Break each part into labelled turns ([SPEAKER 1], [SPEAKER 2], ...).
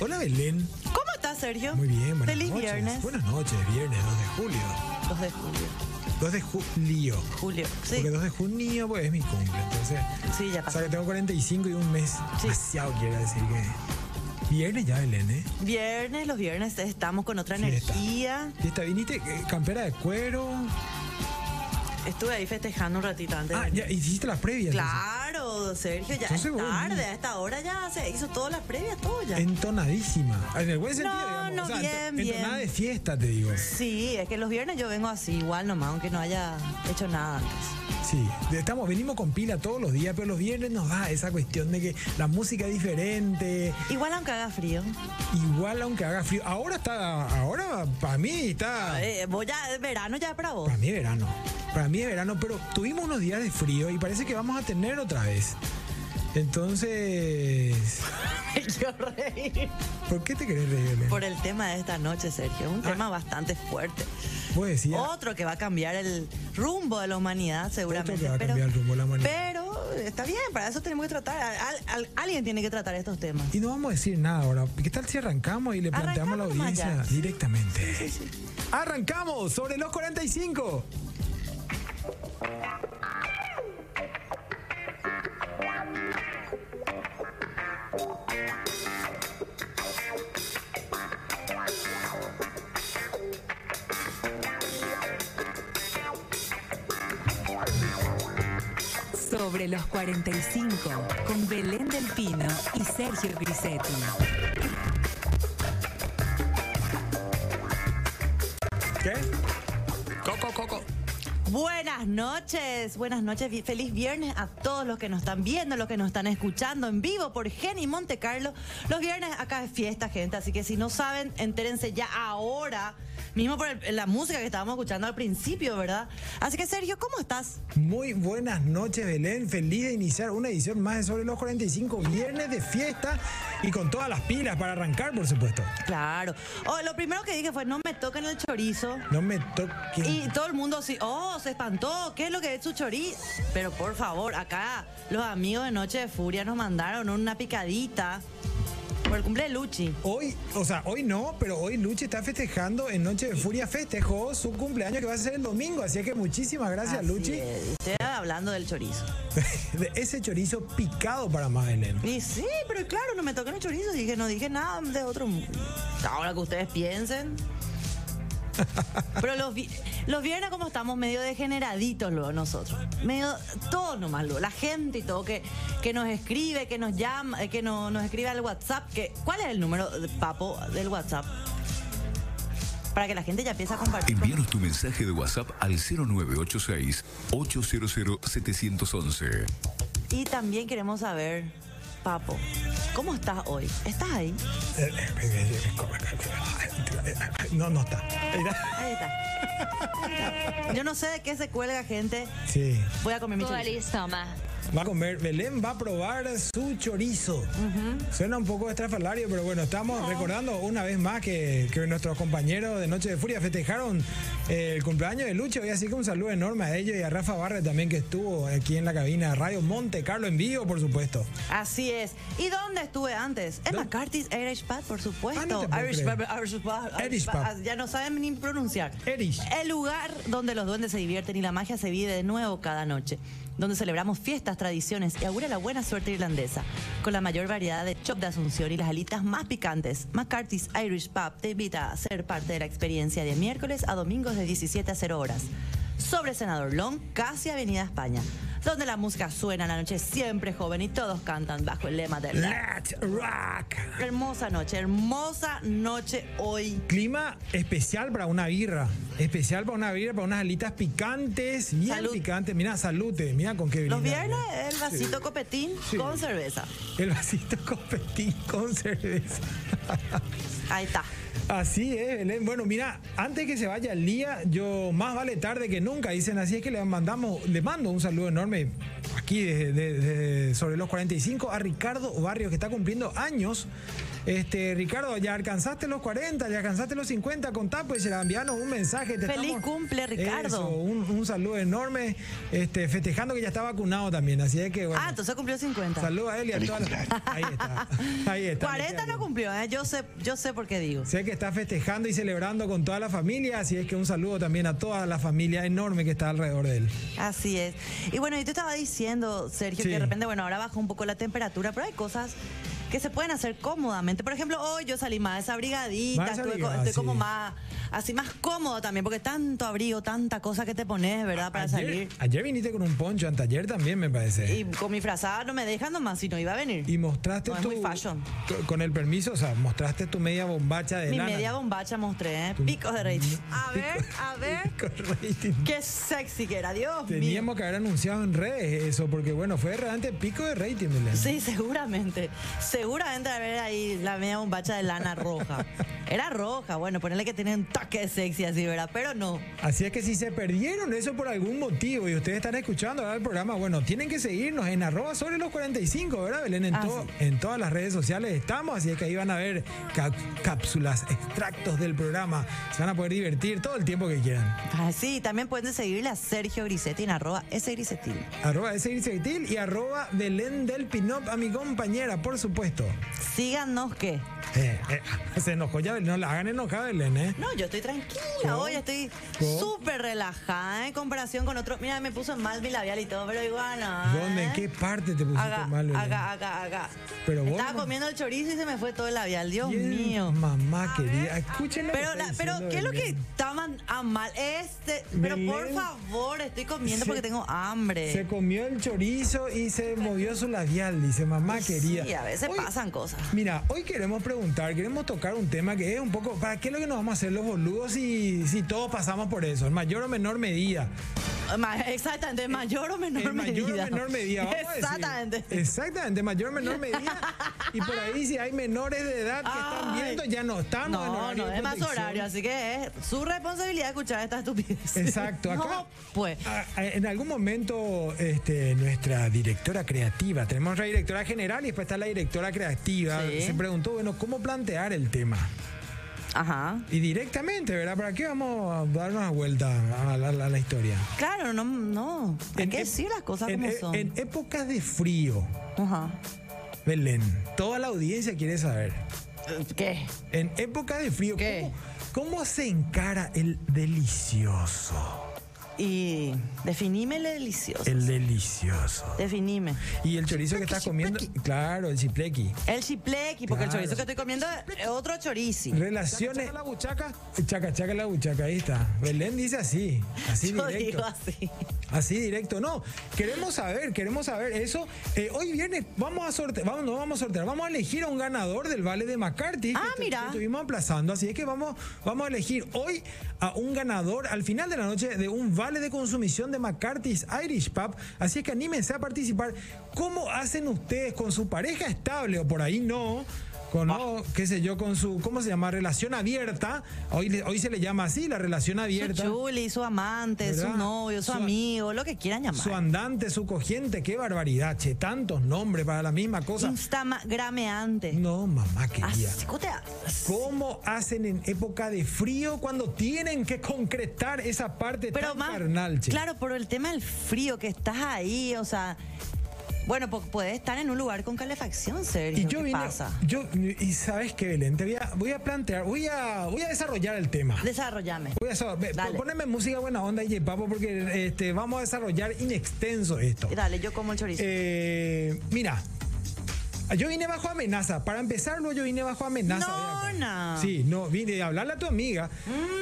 [SPEAKER 1] Hola Belén.
[SPEAKER 2] ¿Cómo estás, Sergio?
[SPEAKER 1] Muy bien, buenas
[SPEAKER 2] Feliz
[SPEAKER 1] noches.
[SPEAKER 2] viernes.
[SPEAKER 1] Buenas noches, viernes 2 de julio.
[SPEAKER 2] 2 de julio.
[SPEAKER 1] 2 de julio.
[SPEAKER 2] Julio. Sí,
[SPEAKER 1] Porque 2 de junio pues, es mi cumple. Entonces,
[SPEAKER 2] sí, ya
[SPEAKER 1] o
[SPEAKER 2] pasó.
[SPEAKER 1] sea que tengo 45 y un mes.
[SPEAKER 2] Sí.
[SPEAKER 1] Demasiado quiere decir que. Viernes ya, Belén, ¿eh?
[SPEAKER 2] Viernes, los viernes estamos con otra
[SPEAKER 1] Fiesta.
[SPEAKER 2] energía.
[SPEAKER 1] Y está, viniste eh, campera de cuero.
[SPEAKER 2] Estuve ahí festejando un ratito antes.
[SPEAKER 1] Ah, ya hiciste las previas. entonces.
[SPEAKER 2] Claro, Sergio, ya
[SPEAKER 1] Entonces
[SPEAKER 2] es
[SPEAKER 1] vos,
[SPEAKER 2] tarde.
[SPEAKER 1] mira.
[SPEAKER 2] A esta hora ya se hizo todas las previas, todo ya.
[SPEAKER 1] Entonadísima. En el buen sentido,
[SPEAKER 2] No,
[SPEAKER 1] digamos.
[SPEAKER 2] no,
[SPEAKER 1] o sea,
[SPEAKER 2] bien,
[SPEAKER 1] ento- Entonada
[SPEAKER 2] bien.
[SPEAKER 1] de fiesta, te digo.
[SPEAKER 2] Sí, es que los viernes yo vengo así, igual nomás, aunque no haya hecho nada antes.
[SPEAKER 1] Sí, estamos, venimos con pila todos los días, pero los viernes nos da esa cuestión de que la música es diferente,
[SPEAKER 2] Igual aunque haga frío.
[SPEAKER 1] igual aunque haga frío. Ahora está, ahora para mí está,
[SPEAKER 2] Eh, vos ya, verano ya para vos.
[SPEAKER 1] para mí es verano, para mí es verano, pero tuvimos unos días de frío y parece que vamos a tener otra vez. Entonces,
[SPEAKER 2] Me quiero reír.
[SPEAKER 1] ¿por qué te querés reír? Belén?
[SPEAKER 2] Por el tema de esta noche, Sergio. Un
[SPEAKER 1] Ah.
[SPEAKER 2] tema bastante fuerte.
[SPEAKER 1] Vos decías,
[SPEAKER 2] Otro que va a cambiar el rumbo de la humanidad, seguramente.
[SPEAKER 1] Otro que va a
[SPEAKER 2] pero,
[SPEAKER 1] cambiar el rumbo de la humanidad.
[SPEAKER 2] pero está bien, para eso tenemos que tratar. al- al- alguien tiene que tratar estos temas.
[SPEAKER 1] y no vamos a decir nada ahora. ¿Qué tal si arrancamos y le planteamos a la
[SPEAKER 2] Arrancamos nomás
[SPEAKER 1] audiencia
[SPEAKER 2] ya.
[SPEAKER 1] directamente? Arrancamos sobre los 45.
[SPEAKER 3] Sobre los 45, con Belén del Pino y Sergio Grisetti.
[SPEAKER 1] ¿Qué?
[SPEAKER 4] Coco, coco.
[SPEAKER 2] Buenas noches, buenas noches, vi- feliz viernes a todos los que nos están viendo, los que nos están escuchando en vivo por Geni Monte Carlo. Los viernes acá es fiesta, gente, así que si no saben, entérense ya ahora, mismo por el- la música que estábamos escuchando al principio, ¿verdad? Así que Sergio, ¿cómo estás?
[SPEAKER 1] Muy buenas noches, Belén. Feliz de iniciar una edición más de Sobre los 45, viernes de fiesta y con todas las pilas para arrancar, por supuesto.
[SPEAKER 2] Claro. Oh, lo primero que dije fue, no me toquen el chorizo.
[SPEAKER 1] No me toquen.
[SPEAKER 2] Y todo el mundo sí, oh, se espantó, ¿qué es lo que es su chorizo? Pero por favor, acá los amigos de Noche de Furia nos mandaron una picadita por el cumple de Luchi.
[SPEAKER 1] Hoy, o sea, hoy no, pero hoy Luchi está festejando en Noche de Furia. Festejó su cumpleaños que va a ser el domingo. Así que muchísimas gracias,
[SPEAKER 2] Así
[SPEAKER 1] Luchi.
[SPEAKER 2] es, Estoy hablando del chorizo.
[SPEAKER 1] De ese chorizo picado para más, Belén.
[SPEAKER 2] Y sí, pero claro, no me toquen el chorizo, dije, no dije nada de otro mundo. Ahora que ustedes piensen. Pero los, vi- los viernes como estamos medio degeneraditos luego nosotros. Medio, todos nomás luego, la gente y todo que, que nos escribe, que nos llama, eh, que no- nos escribe al WhatsApp. Que, ¿Cuál es el número, de- Papo, del WhatsApp? Para que la gente ya empiece a compartir. con-
[SPEAKER 4] Envíanos tu mensaje de WhatsApp al 0986-800-711.
[SPEAKER 2] Y también queremos saber, Papo, ¿cómo estás hoy? ¿Estás ahí?
[SPEAKER 1] No, no está.
[SPEAKER 2] Ahí está. Yo no sé de qué se cuelga, gente.
[SPEAKER 1] Sí.
[SPEAKER 2] Voy a comer mi
[SPEAKER 5] Todo
[SPEAKER 2] chorizo.
[SPEAKER 5] listo, ma.
[SPEAKER 1] Va a comer, Belén va a probar su chorizo. Suena un poco estrafalario, pero bueno, estamos recordando una vez más que, que nuestros compañeros de Noche de Furia festejaron eh, el cumpleaños de Lucho y así que un saludo enorme a ellos y a Rafa Barra también que estuvo aquí en la cabina de Radio Monte Carlo en vivo, por supuesto.
[SPEAKER 2] Así es. ¿Y dónad estuve antes? En
[SPEAKER 1] ¿Dó-
[SPEAKER 2] McCarthy's Irish Pub, por
[SPEAKER 1] Ah, no
[SPEAKER 2] supuesto.
[SPEAKER 1] te puedo
[SPEAKER 2] Irish
[SPEAKER 1] creer.
[SPEAKER 2] Pub, Irish Pub,
[SPEAKER 1] Irish
[SPEAKER 2] Pub.
[SPEAKER 1] Pub.
[SPEAKER 2] Ah, Ya no saben ni pronunciar.
[SPEAKER 1] Irish.
[SPEAKER 2] El lugar donde los duendes se divierten y la magia se vive de nuevo cada noche. Donde celebramos fiestas, tradiciones y augura la buena suerte irlandesa. Con la mayor variedad de chop de Asunción y las alitas más picantes, McCarthy's Irish Pub te invita a ser parte de la experiencia de miércoles a domingos de 17 a 0 horas. Sobre Senador Long, casi Avenida España. Donde la música suena, la noche es siempre joven y todos cantan bajo el lema de la
[SPEAKER 1] Let's rock.
[SPEAKER 2] hermosa noche, hermosa noche hoy.
[SPEAKER 1] Clima especial para una birra, especial para una birra, para unas alitas picantes, bien
[SPEAKER 2] Salud.
[SPEAKER 1] picantes. Mira, salute, mira con qué
[SPEAKER 2] Los
[SPEAKER 1] brindan.
[SPEAKER 2] viernes, el vasito copetín
[SPEAKER 1] Sí.
[SPEAKER 2] con cerveza.
[SPEAKER 1] El vasito con petit con cerveza.
[SPEAKER 2] Ahí está.
[SPEAKER 1] Así es, Belén. Bueno, mira, antes que se vaya el día, yo más vale tarde que nunca, dicen así, es que le mandamos, le mando un saludo enorme aquí desde- desde- desde sobre los 45 a Ricardo Barrios, que está cumpliendo años. Este, Ricardo, ya alcanzaste los 40, ya alcanzaste los 50, contá, pues será enviarnos un mensaje. Te
[SPEAKER 2] Feliz cumple, Ricardo.
[SPEAKER 1] Eso, un, un saludo enorme, este, festejando que ya está vacunado también, así es que bueno.
[SPEAKER 2] Ah, entonces cumplió 50.
[SPEAKER 1] Saludos a él y a todas las... Ahí está, ahí está.
[SPEAKER 2] 40 no cumplió, ¿eh? yo sé, yo sé por qué digo.
[SPEAKER 1] Sé que está festejando y celebrando con toda la familia, así es que un saludo también a toda la familia enorme que está alrededor de él.
[SPEAKER 2] Así es. Y bueno, y te estaba diciendo, Sergio,
[SPEAKER 1] Sí.
[SPEAKER 2] que de repente, bueno, ahora baja un poco la temperatura, pero hay cosas que se pueden hacer cómodamente. Por ejemplo, hoy yo salí más desabrigadita,
[SPEAKER 1] Más
[SPEAKER 2] estuve co-
[SPEAKER 1] desabrigada,
[SPEAKER 2] estoy como
[SPEAKER 1] sí.
[SPEAKER 2] más, así más cómodo también, porque tanto abrigo, tanta cosa que te pones, ¿verdad? Para
[SPEAKER 1] ayer,
[SPEAKER 2] salir.
[SPEAKER 1] ayer viniste con un poncho, anteayer también me parece.
[SPEAKER 2] Y con mi frazada no me dejan nomás, si no iba a venir.
[SPEAKER 1] Y, mostraste
[SPEAKER 2] No, es
[SPEAKER 1] tu...
[SPEAKER 2] muy fashion.
[SPEAKER 1] co- Con el permiso, o sea, mostraste tu media bombacha de
[SPEAKER 2] mi
[SPEAKER 1] lana.
[SPEAKER 2] media bombacha mostré, ¿eh? Picos de rating. A ver, a ver.
[SPEAKER 1] Con rating.
[SPEAKER 2] Qué sexy que era, Dios mío.
[SPEAKER 1] Teníamos que haber anunciado en redes eso, porque bueno, fue realmente pico de rating, Belén.
[SPEAKER 2] Sí, seguramente. Seguramente a ver ahí la media bombacha de lana roja. Era roja, bueno, ponerle que tiene un toque de sexy así, ¿verdad? Pero no.
[SPEAKER 1] Así es que si se perdieron eso por algún motivo y ustedes están escuchando ahora el programa, bueno, tienen que seguirnos en arroba sobre los 45, ¿verdad, Belén? En,
[SPEAKER 2] Ah,
[SPEAKER 1] todo- en todas las redes sociales estamos, así es que ahí van a ver ca- cápsulas, extractos del programa. Se van a poder divertir todo el tiempo que quieran.
[SPEAKER 2] Ah, Sí, también pueden seguirle a Sergio Grisetti en arroba ese Grisetti.
[SPEAKER 1] Arroba ese Grisetil y arroba Belén del Pinop a mi compañera, por supuesto.
[SPEAKER 2] Síganos que.
[SPEAKER 1] Eh, eh, se enojó ya Belén, no la hagan enojar Belén, ¿eh?
[SPEAKER 2] No, yo estoy tranquila
[SPEAKER 1] ¿Cómo?
[SPEAKER 2] hoy, estoy
[SPEAKER 1] ¿Cómo?
[SPEAKER 2] súper relajada en comparación con otros. Mira, me puso mal mi labial y todo, pero igual no.
[SPEAKER 1] ¿Dónde? ¿En
[SPEAKER 2] ¿eh?
[SPEAKER 1] qué parte te pusiste
[SPEAKER 2] Acá,
[SPEAKER 1] mal, Belén?
[SPEAKER 2] acá, acá, acá.
[SPEAKER 1] Pero vos
[SPEAKER 2] Estaba
[SPEAKER 1] no-
[SPEAKER 2] comiendo el chorizo y se me fue todo el labial, Dios
[SPEAKER 1] Bien,
[SPEAKER 2] mío.
[SPEAKER 1] Mamá querida, escúchenlo.
[SPEAKER 2] Pero, la- pero ¿qué es lo que estaban a mal? Este, pero por
[SPEAKER 1] Belén.
[SPEAKER 2] favor, estoy comiendo
[SPEAKER 1] Se-
[SPEAKER 2] porque tengo hambre.
[SPEAKER 1] Se comió el chorizo y se movió su labial, dice mamá querida.
[SPEAKER 2] Sí, a veces
[SPEAKER 1] Hoy-
[SPEAKER 2] pasan cosas.
[SPEAKER 1] Mira, hoy queremos preguntar, queremos tocar un tema que es un poco, ¿para qué es lo que nos vamos a hacer los boludos si, si todos pasamos por eso? En mayor o menor medida.
[SPEAKER 2] Eh, Ma- Exactamente, en mayor o menor
[SPEAKER 1] En Eh, mayor
[SPEAKER 2] medida.
[SPEAKER 1] o menor medida. vamos a decir.
[SPEAKER 2] Exactamente.
[SPEAKER 1] Exactamente, mayor o menor medida. Y por ahí si hay menores de edad que están
[SPEAKER 2] Ay.
[SPEAKER 1] viendo, ya no estamos en
[SPEAKER 2] No,
[SPEAKER 1] ah, horario
[SPEAKER 2] no,
[SPEAKER 1] de
[SPEAKER 2] es más
[SPEAKER 1] protección.
[SPEAKER 2] horario, así que es su responsabilidad escuchar esta estupidez.
[SPEAKER 1] Exacto, acá-
[SPEAKER 2] No, pues.
[SPEAKER 1] Ah, En algún momento, este, nuestra directora creativa, tenemos la directora general y después está la directora creativa,
[SPEAKER 2] Sí.
[SPEAKER 1] se preguntó, bueno, ¿cómo plantear el tema?
[SPEAKER 2] Ajá.
[SPEAKER 1] Y directamente, ¿verdad? ¿Para qué vamos a dar una vuelta a la, a la historia?
[SPEAKER 2] Claro, no, no. Hay
[SPEAKER 1] En
[SPEAKER 2] que
[SPEAKER 1] ep-
[SPEAKER 2] decir las cosas
[SPEAKER 1] en
[SPEAKER 2] como
[SPEAKER 1] e-
[SPEAKER 2] son.
[SPEAKER 1] En épocas de frío,
[SPEAKER 2] Ajá.
[SPEAKER 1] Belén, toda la audiencia quiere saber.
[SPEAKER 2] ¿Qué?
[SPEAKER 1] En época de frío,
[SPEAKER 2] ¿Qué?
[SPEAKER 1] ¿cómo, cómo se encara el delicioso?
[SPEAKER 2] Y definime el delicioso.
[SPEAKER 1] El delicioso.
[SPEAKER 2] Definime.
[SPEAKER 1] Y el chorizo que estás comiendo, claro, el chiplequi.
[SPEAKER 2] El chiplequi, porque el
[SPEAKER 1] Claro.
[SPEAKER 2] chorizo que estoy comiendo es otro chorizo.
[SPEAKER 1] Relaciones. Chaca, chaca la buchaca. Chaca, chaca la buchaca, ahí está. Belén dice así, así
[SPEAKER 2] Yo
[SPEAKER 1] directo.
[SPEAKER 2] digo así.
[SPEAKER 1] Así directo, no. Queremos saber, queremos saber eso. Eh, hoy viernes vamos a sortear, vamos, no vamos a sortear, vamos a elegir a un ganador del vale de McCarthy.
[SPEAKER 2] Ah,
[SPEAKER 1] que tu-
[SPEAKER 2] mira.
[SPEAKER 1] que Estuvimos aplazando, así es que vamos, vamos a elegir hoy a un ganador al final de la noche de un vale de consumición de McCarthy's Irish Pub. Así es que anímense a participar. ¿Cómo hacen ustedes con su pareja estable o por ahí no? Con,
[SPEAKER 2] Ah.
[SPEAKER 1] no, qué sé yo, con su, ¿cómo se llama? Relación abierta. Hoy, le- hoy se le llama así, la relación
[SPEAKER 2] Su
[SPEAKER 1] abierta.
[SPEAKER 2] chuli, su amante,
[SPEAKER 1] ¿Verdad?
[SPEAKER 2] su novio,
[SPEAKER 1] Su
[SPEAKER 2] su,
[SPEAKER 1] a-
[SPEAKER 2] amigo, lo que quieran llamar.
[SPEAKER 1] Su andante, su cogiente, qué barbaridad, che, tantos nombres para la misma cosa.
[SPEAKER 2] Instagrameante.
[SPEAKER 1] No, mamá querida.
[SPEAKER 2] Así, ¿cómo te haces?
[SPEAKER 1] ¿Cómo hacen en época de frío cuando tienen que concretar esa parte
[SPEAKER 2] Pero
[SPEAKER 1] tan
[SPEAKER 2] más.
[SPEAKER 1] carnal, che?
[SPEAKER 2] Claro, por el tema del frío que estás ahí, o sea. Bueno, po- puedes estar en un lugar con calefacción, Sergio.
[SPEAKER 1] Y yo
[SPEAKER 2] ¿Qué
[SPEAKER 1] vine,
[SPEAKER 2] pasa?
[SPEAKER 1] yo y sabes qué, Belén, te voy a, voy a plantear, voy a, voy a desarrollar el tema.
[SPEAKER 2] Desarrollame.
[SPEAKER 1] Voy a desarrollar- ve,
[SPEAKER 2] Dale.
[SPEAKER 1] poneme música buena onda, DJ Papo, porque este, vamos a desarrollar in extenso esto.
[SPEAKER 2] Dale, yo como el chorizo.
[SPEAKER 1] Eh, mira. Yo vine bajo amenaza. Para empezarlo, yo vine bajo amenaza.
[SPEAKER 2] No,
[SPEAKER 1] ve acá.
[SPEAKER 2] no. Mm.
[SPEAKER 1] Sí, no, vine a hablarle a tu amiga.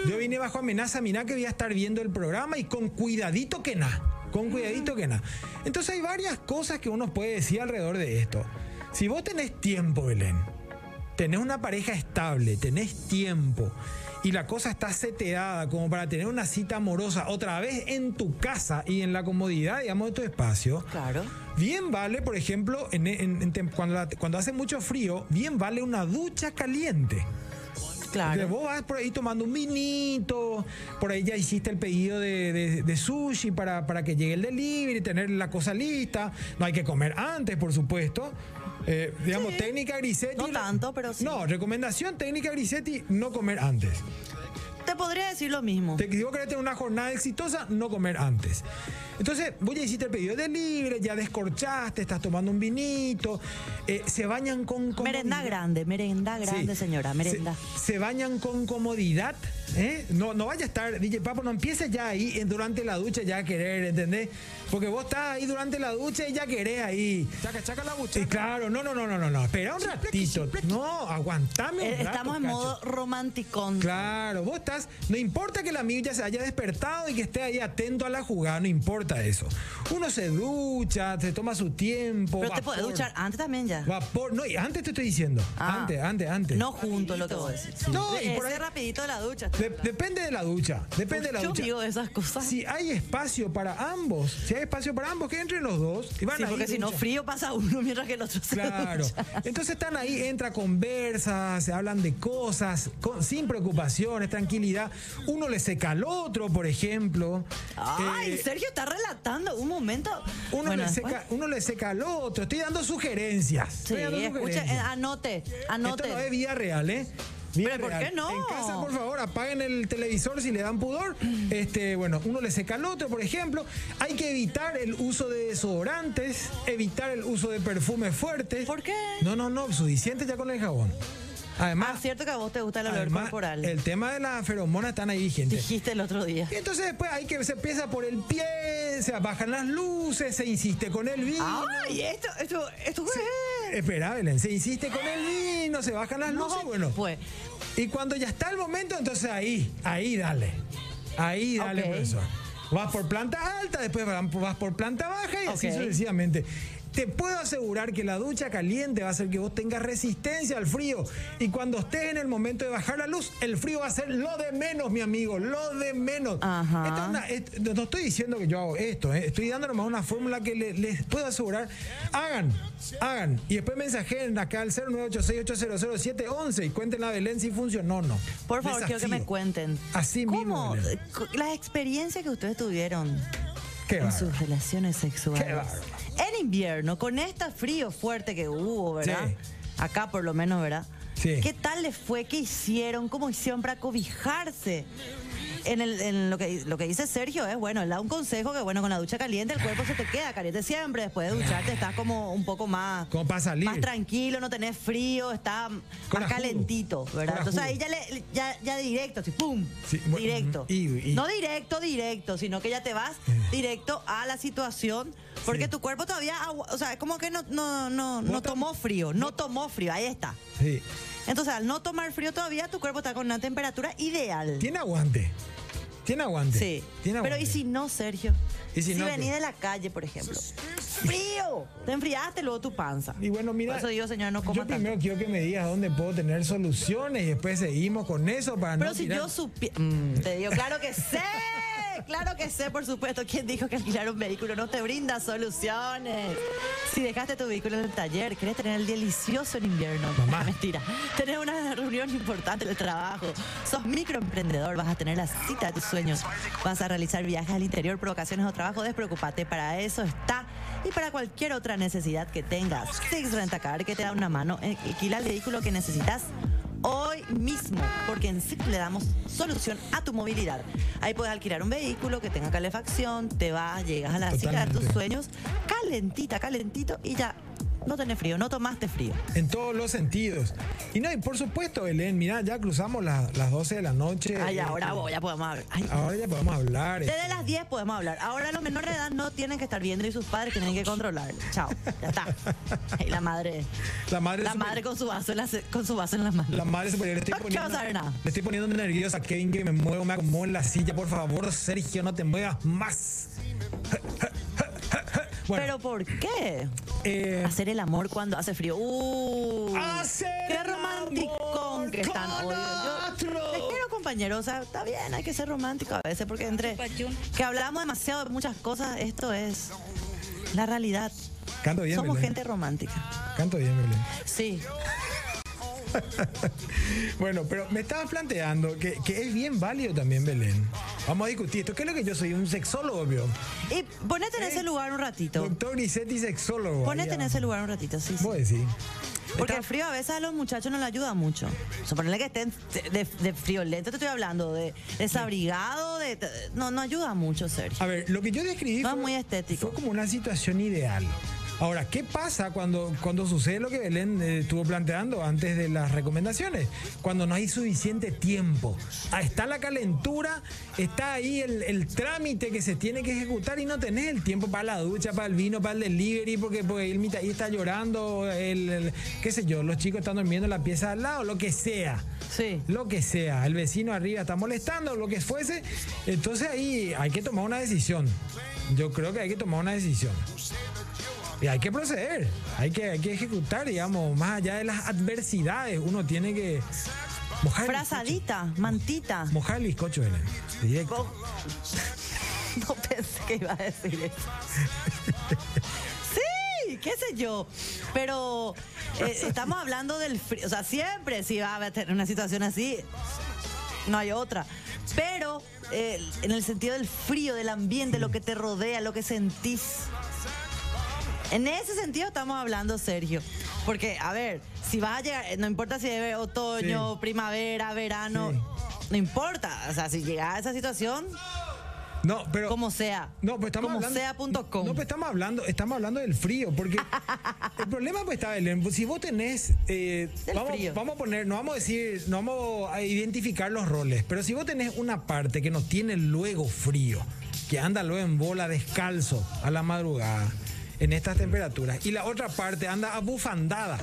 [SPEAKER 1] Yo vine bajo amenaza. Mirá que voy a estar viendo el programa y con cuidadito que nada. Con
[SPEAKER 2] Mm.
[SPEAKER 1] cuidadito que nada. Entonces hay varias cosas que uno puede decir alrededor de esto. Si vos tenés tiempo, Belén, tenés una pareja estable, tenés tiempo y la cosa está seteada como para tener una cita amorosa otra vez en tu casa y en la comodidad, digamos, de tu espacio.
[SPEAKER 2] Claro.
[SPEAKER 1] Bien vale, por ejemplo, en- en- en tem- cuando, la- cuando hace mucho frío, bien vale una ducha caliente. Porque
[SPEAKER 2] Claro.
[SPEAKER 1] vos vas por ahí tomando un vinito, por ahí ya hiciste el pedido de, de- de sushi para, para que llegue el delivery, tener la cosa lista. No hay que comer antes, por supuesto. Eh, digamos, técnica Grisetti.
[SPEAKER 2] No tanto, pero sí.
[SPEAKER 1] No, recomendación técnica Grisetti, no comer antes.
[SPEAKER 2] Te podría decir lo mismo.
[SPEAKER 1] Te, si vos querés tener una jornada exitosa, no comer antes. Entonces, vos ya hiciste el pedido de libre, ya descorchaste, estás tomando un vinito, eh, se bañan con comodidad.
[SPEAKER 2] Merenda grande, merenda grande,
[SPEAKER 1] Sí.
[SPEAKER 2] señora,
[SPEAKER 1] Se-
[SPEAKER 2] merenda.
[SPEAKER 1] Se, bañan con comodidad. ¿eh? No, no vaya a estar, DJ Papo, no empieces ya ahí en- durante la ducha ya a querer, ¿entendés? Porque vos estás ahí durante la ducha y ya querés ahí.
[SPEAKER 5] Chaca, chaca la
[SPEAKER 1] Sí,
[SPEAKER 5] buchaca.
[SPEAKER 1] claro, no, no, no, no, no, no. Espera un
[SPEAKER 5] Simple que
[SPEAKER 1] ratito.
[SPEAKER 5] simple que-
[SPEAKER 1] No, aguantame. un
[SPEAKER 2] Eh,
[SPEAKER 1] rato,
[SPEAKER 2] Estamos en
[SPEAKER 1] cacho.
[SPEAKER 2] modo romanticón.
[SPEAKER 1] Claro, vos estás, no importa que la amigo ya se haya despertado y que esté ahí atento a la jugada, no importa eso. Uno se ducha, se toma su tiempo.
[SPEAKER 2] Pero te podés
[SPEAKER 1] vapor,
[SPEAKER 2] duchar antes también ya.
[SPEAKER 1] Vapor, no, y antes te estoy diciendo.
[SPEAKER 2] Ah.
[SPEAKER 1] Antes, antes, antes.
[SPEAKER 2] No junto lo que vos decís.
[SPEAKER 1] No, y
[SPEAKER 2] Ese
[SPEAKER 1] por ahí-
[SPEAKER 2] rapidito de la ducha.
[SPEAKER 1] De- depende de la ducha, depende de la
[SPEAKER 2] Yo
[SPEAKER 1] ducha.
[SPEAKER 2] digo esas cosas.
[SPEAKER 1] Si hay espacio para ambos, si hay espacio para ambos, que entre los dos y van
[SPEAKER 2] Sí,
[SPEAKER 1] ahí,
[SPEAKER 2] porque si no,
[SPEAKER 1] ducha.
[SPEAKER 2] frío pasa uno mientras que el otro se
[SPEAKER 1] Claro. Eh,
[SPEAKER 2] ducha.
[SPEAKER 1] Entonces están ahí, entra, conversa, se hablan de cosas, con- sin preocupaciones, tranquilidad. Uno le seca al otro, por ejemplo.
[SPEAKER 2] Ay,
[SPEAKER 1] Eh,
[SPEAKER 2] Sergio está relatando un momento.
[SPEAKER 1] uno,
[SPEAKER 2] Bueno,
[SPEAKER 1] le
[SPEAKER 2] después-
[SPEAKER 1] seca, uno le seca al otro. Estoy dando sugerencias.
[SPEAKER 2] Sí,
[SPEAKER 1] Estoy dando
[SPEAKER 2] escucha, eh,
[SPEAKER 1] sugerencias.
[SPEAKER 2] anote,
[SPEAKER 1] Esto no es
[SPEAKER 2] anote.
[SPEAKER 1] vida real, ¿eh? Vida
[SPEAKER 2] Pero, ¿por
[SPEAKER 1] real.
[SPEAKER 2] qué no?
[SPEAKER 1] En casa, por favor, apaguen el televisor si le dan pudor.
[SPEAKER 2] Mm.
[SPEAKER 1] Este, bueno, uno le seca al otro, por ejemplo. Hay que evitar el uso de desodorantes, evitar el uso de perfumes fuertes.
[SPEAKER 2] ¿Por qué?
[SPEAKER 1] No, no, no, suficiente ya con el jabón. Además,
[SPEAKER 2] Ah, cierto que a vos te gusta el olor
[SPEAKER 1] además,
[SPEAKER 2] corporal.
[SPEAKER 1] el tema de las feromonas están ahí vigentes.
[SPEAKER 2] Dijiste el otro día.
[SPEAKER 1] Y entonces después hay que se empieza por el pie, se bajan las luces, se insiste con el vino.
[SPEAKER 2] Ay, esto, esto, esto qué es?
[SPEAKER 1] Espera, Belén, se insiste con el vino, se bajan las
[SPEAKER 2] No,
[SPEAKER 1] luces, bueno.
[SPEAKER 2] Pues,
[SPEAKER 1] Y cuando ya está el momento, entonces ahí, ahí dale. Ahí dale,
[SPEAKER 2] Ok.
[SPEAKER 1] profesor. Vas por planta alta, después van- vas por planta baja y así
[SPEAKER 2] Ok.
[SPEAKER 1] sucesivamente. Te puedo asegurar que la ducha caliente va a hacer que vos tengas resistencia al frío. Y cuando estés en el momento de bajar la luz, el frío va a ser lo de menos, mi amigo, lo de menos.
[SPEAKER 2] Ajá.
[SPEAKER 1] Esta es una- es- no- no estoy diciendo que yo hago esto, eh. estoy dando nomás una fórmula que le- les puedo asegurar. Hagan, hagan. Y después mensajen acá al 0986800711 y cuenten la Belén si funcionó o no.
[SPEAKER 2] por favor, quiero que me
[SPEAKER 1] Desafío.
[SPEAKER 2] cuenten.
[SPEAKER 1] Así mismo,
[SPEAKER 2] ¿Cómo?
[SPEAKER 1] Belén.
[SPEAKER 2] cu- Las experiencias que ustedes tuvieron
[SPEAKER 1] Qué
[SPEAKER 2] en
[SPEAKER 1] bárbaro.
[SPEAKER 2] sus relaciones sexuales.
[SPEAKER 1] Qué bárbaro.
[SPEAKER 2] en invierno, con este frío fuerte que hubo, ¿verdad?
[SPEAKER 1] Sí.
[SPEAKER 2] Acá por lo menos, ¿verdad?
[SPEAKER 1] Sí.
[SPEAKER 2] ¿Qué tal les fue? ¿Qué hicieron? ¿Cómo hicieron para cobijarse? En, el- en lo, que, lo que dice Sergio es, bueno, él da un consejo que, bueno, con la ducha caliente el cuerpo se te queda caliente siempre. Después de ducharte estás como un poco más...
[SPEAKER 1] Como para salir.
[SPEAKER 2] Más tranquilo, no tenés frío, está más
[SPEAKER 1] Corajudo.
[SPEAKER 2] calentito, ¿verdad?
[SPEAKER 1] Corajudo.
[SPEAKER 2] Entonces ahí ya, le- ya, ya directo, así, ¡pum!
[SPEAKER 1] Sí, bueno,
[SPEAKER 2] directo.
[SPEAKER 1] y- y-
[SPEAKER 2] No directo, directo, sino que ya te vas directo a la situación porque
[SPEAKER 1] Eh. Sí.
[SPEAKER 2] tu cuerpo todavía, agu- o sea, es como que no, no, no,
[SPEAKER 1] Vos
[SPEAKER 2] no
[SPEAKER 1] tam-
[SPEAKER 2] tomó frío, no tomó frío, ahí está.
[SPEAKER 1] Sí.
[SPEAKER 2] Entonces, al no tomar frío todavía, tu cuerpo está con una temperatura ideal.
[SPEAKER 1] Tiene aguante. Tiene aguante.
[SPEAKER 2] Sí.
[SPEAKER 1] Tiene
[SPEAKER 2] Pero
[SPEAKER 1] aguante.
[SPEAKER 2] ¿y si no, Sergio?
[SPEAKER 1] ¿Y si no qué?
[SPEAKER 2] venís de la calle, por ejemplo. ¡Frío! Te enfriaste luego tu panza.
[SPEAKER 1] Y bueno, mira.
[SPEAKER 2] Por eso digo, señora, no coma
[SPEAKER 1] Yo
[SPEAKER 2] tanto.
[SPEAKER 1] primero quiero que me digas dónde puedo tener soluciones y después seguimos con eso para
[SPEAKER 2] Pero
[SPEAKER 1] Ah, no
[SPEAKER 2] si
[SPEAKER 1] tirar-
[SPEAKER 2] yo supiera. te digo, claro que sé. Claro que sé, por supuesto. ¿Quién dijo que alquilar un vehículo no te brinda soluciones? Si dejaste tu vehículo en el taller, querés tener el delicioso en invierno.
[SPEAKER 1] Mamá.
[SPEAKER 2] Mentira. Tener una reunión importante de trabajo. Sos microemprendedor, vas a tener la cita de tus sueños. Vas a realizar viajes al interior, provocaciones o trabajo. Despreocupate, para eso está. Y para cualquier otra necesidad que tengas, Six Rentacar, que te da una mano, eh, alquila el vehículo que necesitas hoy mismo, porque en SIC le damos solución a tu movilidad. Ahí puedes alquilar un vehículo que tenga calefacción, te vas, llegas a la cita de tus
[SPEAKER 1] Totalmente.
[SPEAKER 2] sueños, calentita, calentito y ya no tenés frío, no tomaste frío.
[SPEAKER 1] En todos los sentidos. Y no, y por supuesto, Belén, mirá, ya cruzamos la- las 12 de la noche.
[SPEAKER 2] Ay,
[SPEAKER 1] Eh,
[SPEAKER 2] ahora vos ya podemos hablar. Ay,
[SPEAKER 1] Ahora ya podemos hablar. eh.
[SPEAKER 2] Desde las 10 podemos hablar. Ahora los menores de edad no tienen que estar viendo y sus padres tienen que controlar. Chao, ya está. Y la madre,
[SPEAKER 1] La madre,
[SPEAKER 2] la
[SPEAKER 1] super-
[SPEAKER 2] madre con su vaso en la, con su vaso en las manos.
[SPEAKER 1] la madre superior. Le estoy,
[SPEAKER 2] No quiero
[SPEAKER 1] poniendo,
[SPEAKER 2] saber nada.
[SPEAKER 1] le estoy poniendo nerviosa, Kevin, que me muevo, me acomodo en la silla. Por favor, Sergio, no te muevas más. Bueno,
[SPEAKER 2] Pero ¿por qué?
[SPEAKER 1] eh,
[SPEAKER 2] Hacer el amor cuando hace frío. ¡Uh!
[SPEAKER 1] Hacer
[SPEAKER 2] ¡Qué
[SPEAKER 1] el
[SPEAKER 2] romanticón
[SPEAKER 1] amor
[SPEAKER 2] que están
[SPEAKER 1] con
[SPEAKER 2] hoy! Yo
[SPEAKER 1] otro.
[SPEAKER 2] les quiero, compañeros. O sea, está bien, hay que ser romántico a veces, porque entre que hablamos demasiado de muchas cosas, esto es la realidad.
[SPEAKER 1] canto bien,
[SPEAKER 2] Somos
[SPEAKER 1] Belén.
[SPEAKER 2] gente romántica.
[SPEAKER 1] Canto bien, Belén.
[SPEAKER 2] Sí.
[SPEAKER 1] Bueno, pero me estabas planteando que, que es bien válido también, Belén. Vamos a discutir esto. ¿Qué es lo que yo soy? Un sexólogo, vio.
[SPEAKER 2] Y ponete en ese lugar un ratito.
[SPEAKER 1] Doctor Nicetti, sexólogo.
[SPEAKER 2] Ponete
[SPEAKER 1] ahí,
[SPEAKER 2] en
[SPEAKER 1] ah.
[SPEAKER 2] ese lugar un ratito, sí. sí.
[SPEAKER 1] Vos decís.
[SPEAKER 2] Porque el frío a veces a los muchachos no le ayuda mucho. Suponerle que estén de, de friolento, te estoy hablando, de desabrigado, de, no, no ayuda mucho, Sergio.
[SPEAKER 1] A ver, lo que yo describí
[SPEAKER 2] No es muy estético.
[SPEAKER 1] fue como una situación ideal. Ahora, ¿qué pasa cuando, cuando sucede lo que Belén eh, estuvo planteando antes de las recomendaciones? Cuando no hay suficiente tiempo. Ah, está la calentura, está ahí el, el trámite que se tiene que ejecutar y no tenés el tiempo para la ducha, para el vino, para el delivery, porque, porque el mitad ahí está llorando, el, el- qué sé yo, los chicos están durmiendo en la pieza de al lado, lo que sea
[SPEAKER 2] Sí.
[SPEAKER 1] lo que sea, el vecino arriba está molestando, lo que fuese, entonces ahí hay que tomar una decisión. Yo creo que hay que tomar una decisión. Y hay que proceder, hay que, hay que ejecutar, digamos, más allá de las adversidades, uno tiene que mojar, el bizcocho,
[SPEAKER 2] Frazadita, mantita.
[SPEAKER 1] mojar el bizcocho, Belén, directo.
[SPEAKER 2] Vos- No pensé que iba a decir eso. Sí, qué sé yo. Pero eh, estamos hablando del frío. O sea, siempre si va a tener una situación así, no hay otra. Pero eh, en el sentido del frío, del ambiente, lo que te rodea, lo que sentís. En ese sentido estamos hablando, Sergio. Porque, a ver, si vas a llegar, eh, no importa si es otoño,
[SPEAKER 1] Sí.
[SPEAKER 2] primavera, verano, no importa. O sea, si llegas a esa situación,
[SPEAKER 1] No, pero...
[SPEAKER 2] como sea.
[SPEAKER 1] No, pues estamos
[SPEAKER 2] como
[SPEAKER 1] hablando.
[SPEAKER 2] sea.com.
[SPEAKER 1] No, pues estamos hablando, estamos hablando del frío, porque el problema pues está Belén, pues, si vos tenés, eh,
[SPEAKER 2] Del
[SPEAKER 1] vamos,
[SPEAKER 2] frío.
[SPEAKER 1] vamos a poner, no vamos a decir, no vamos a identificar los roles, pero si vos tenés una parte que no tiene luego frío, que anda luego en bola descalzo a la madrugada en estas temperaturas, y la otra parte anda abufandada.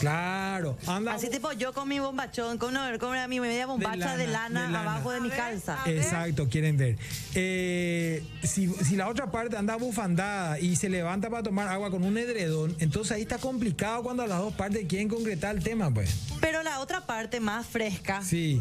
[SPEAKER 1] Claro, anda
[SPEAKER 2] Así tipo yo con mi bombachón, con, no, con mi media bombacha de lana,
[SPEAKER 1] de lana.
[SPEAKER 2] abajo de mi
[SPEAKER 1] A ver,
[SPEAKER 2] calza.
[SPEAKER 1] Exacto, quieren ver. Eh, si, si la otra parte anda bufandada y se levanta para tomar agua con un edredón, entonces ahí está complicado cuando las dos partes quieren concretar el tema, pues.
[SPEAKER 2] Pero la otra parte más fresca,
[SPEAKER 1] Sí.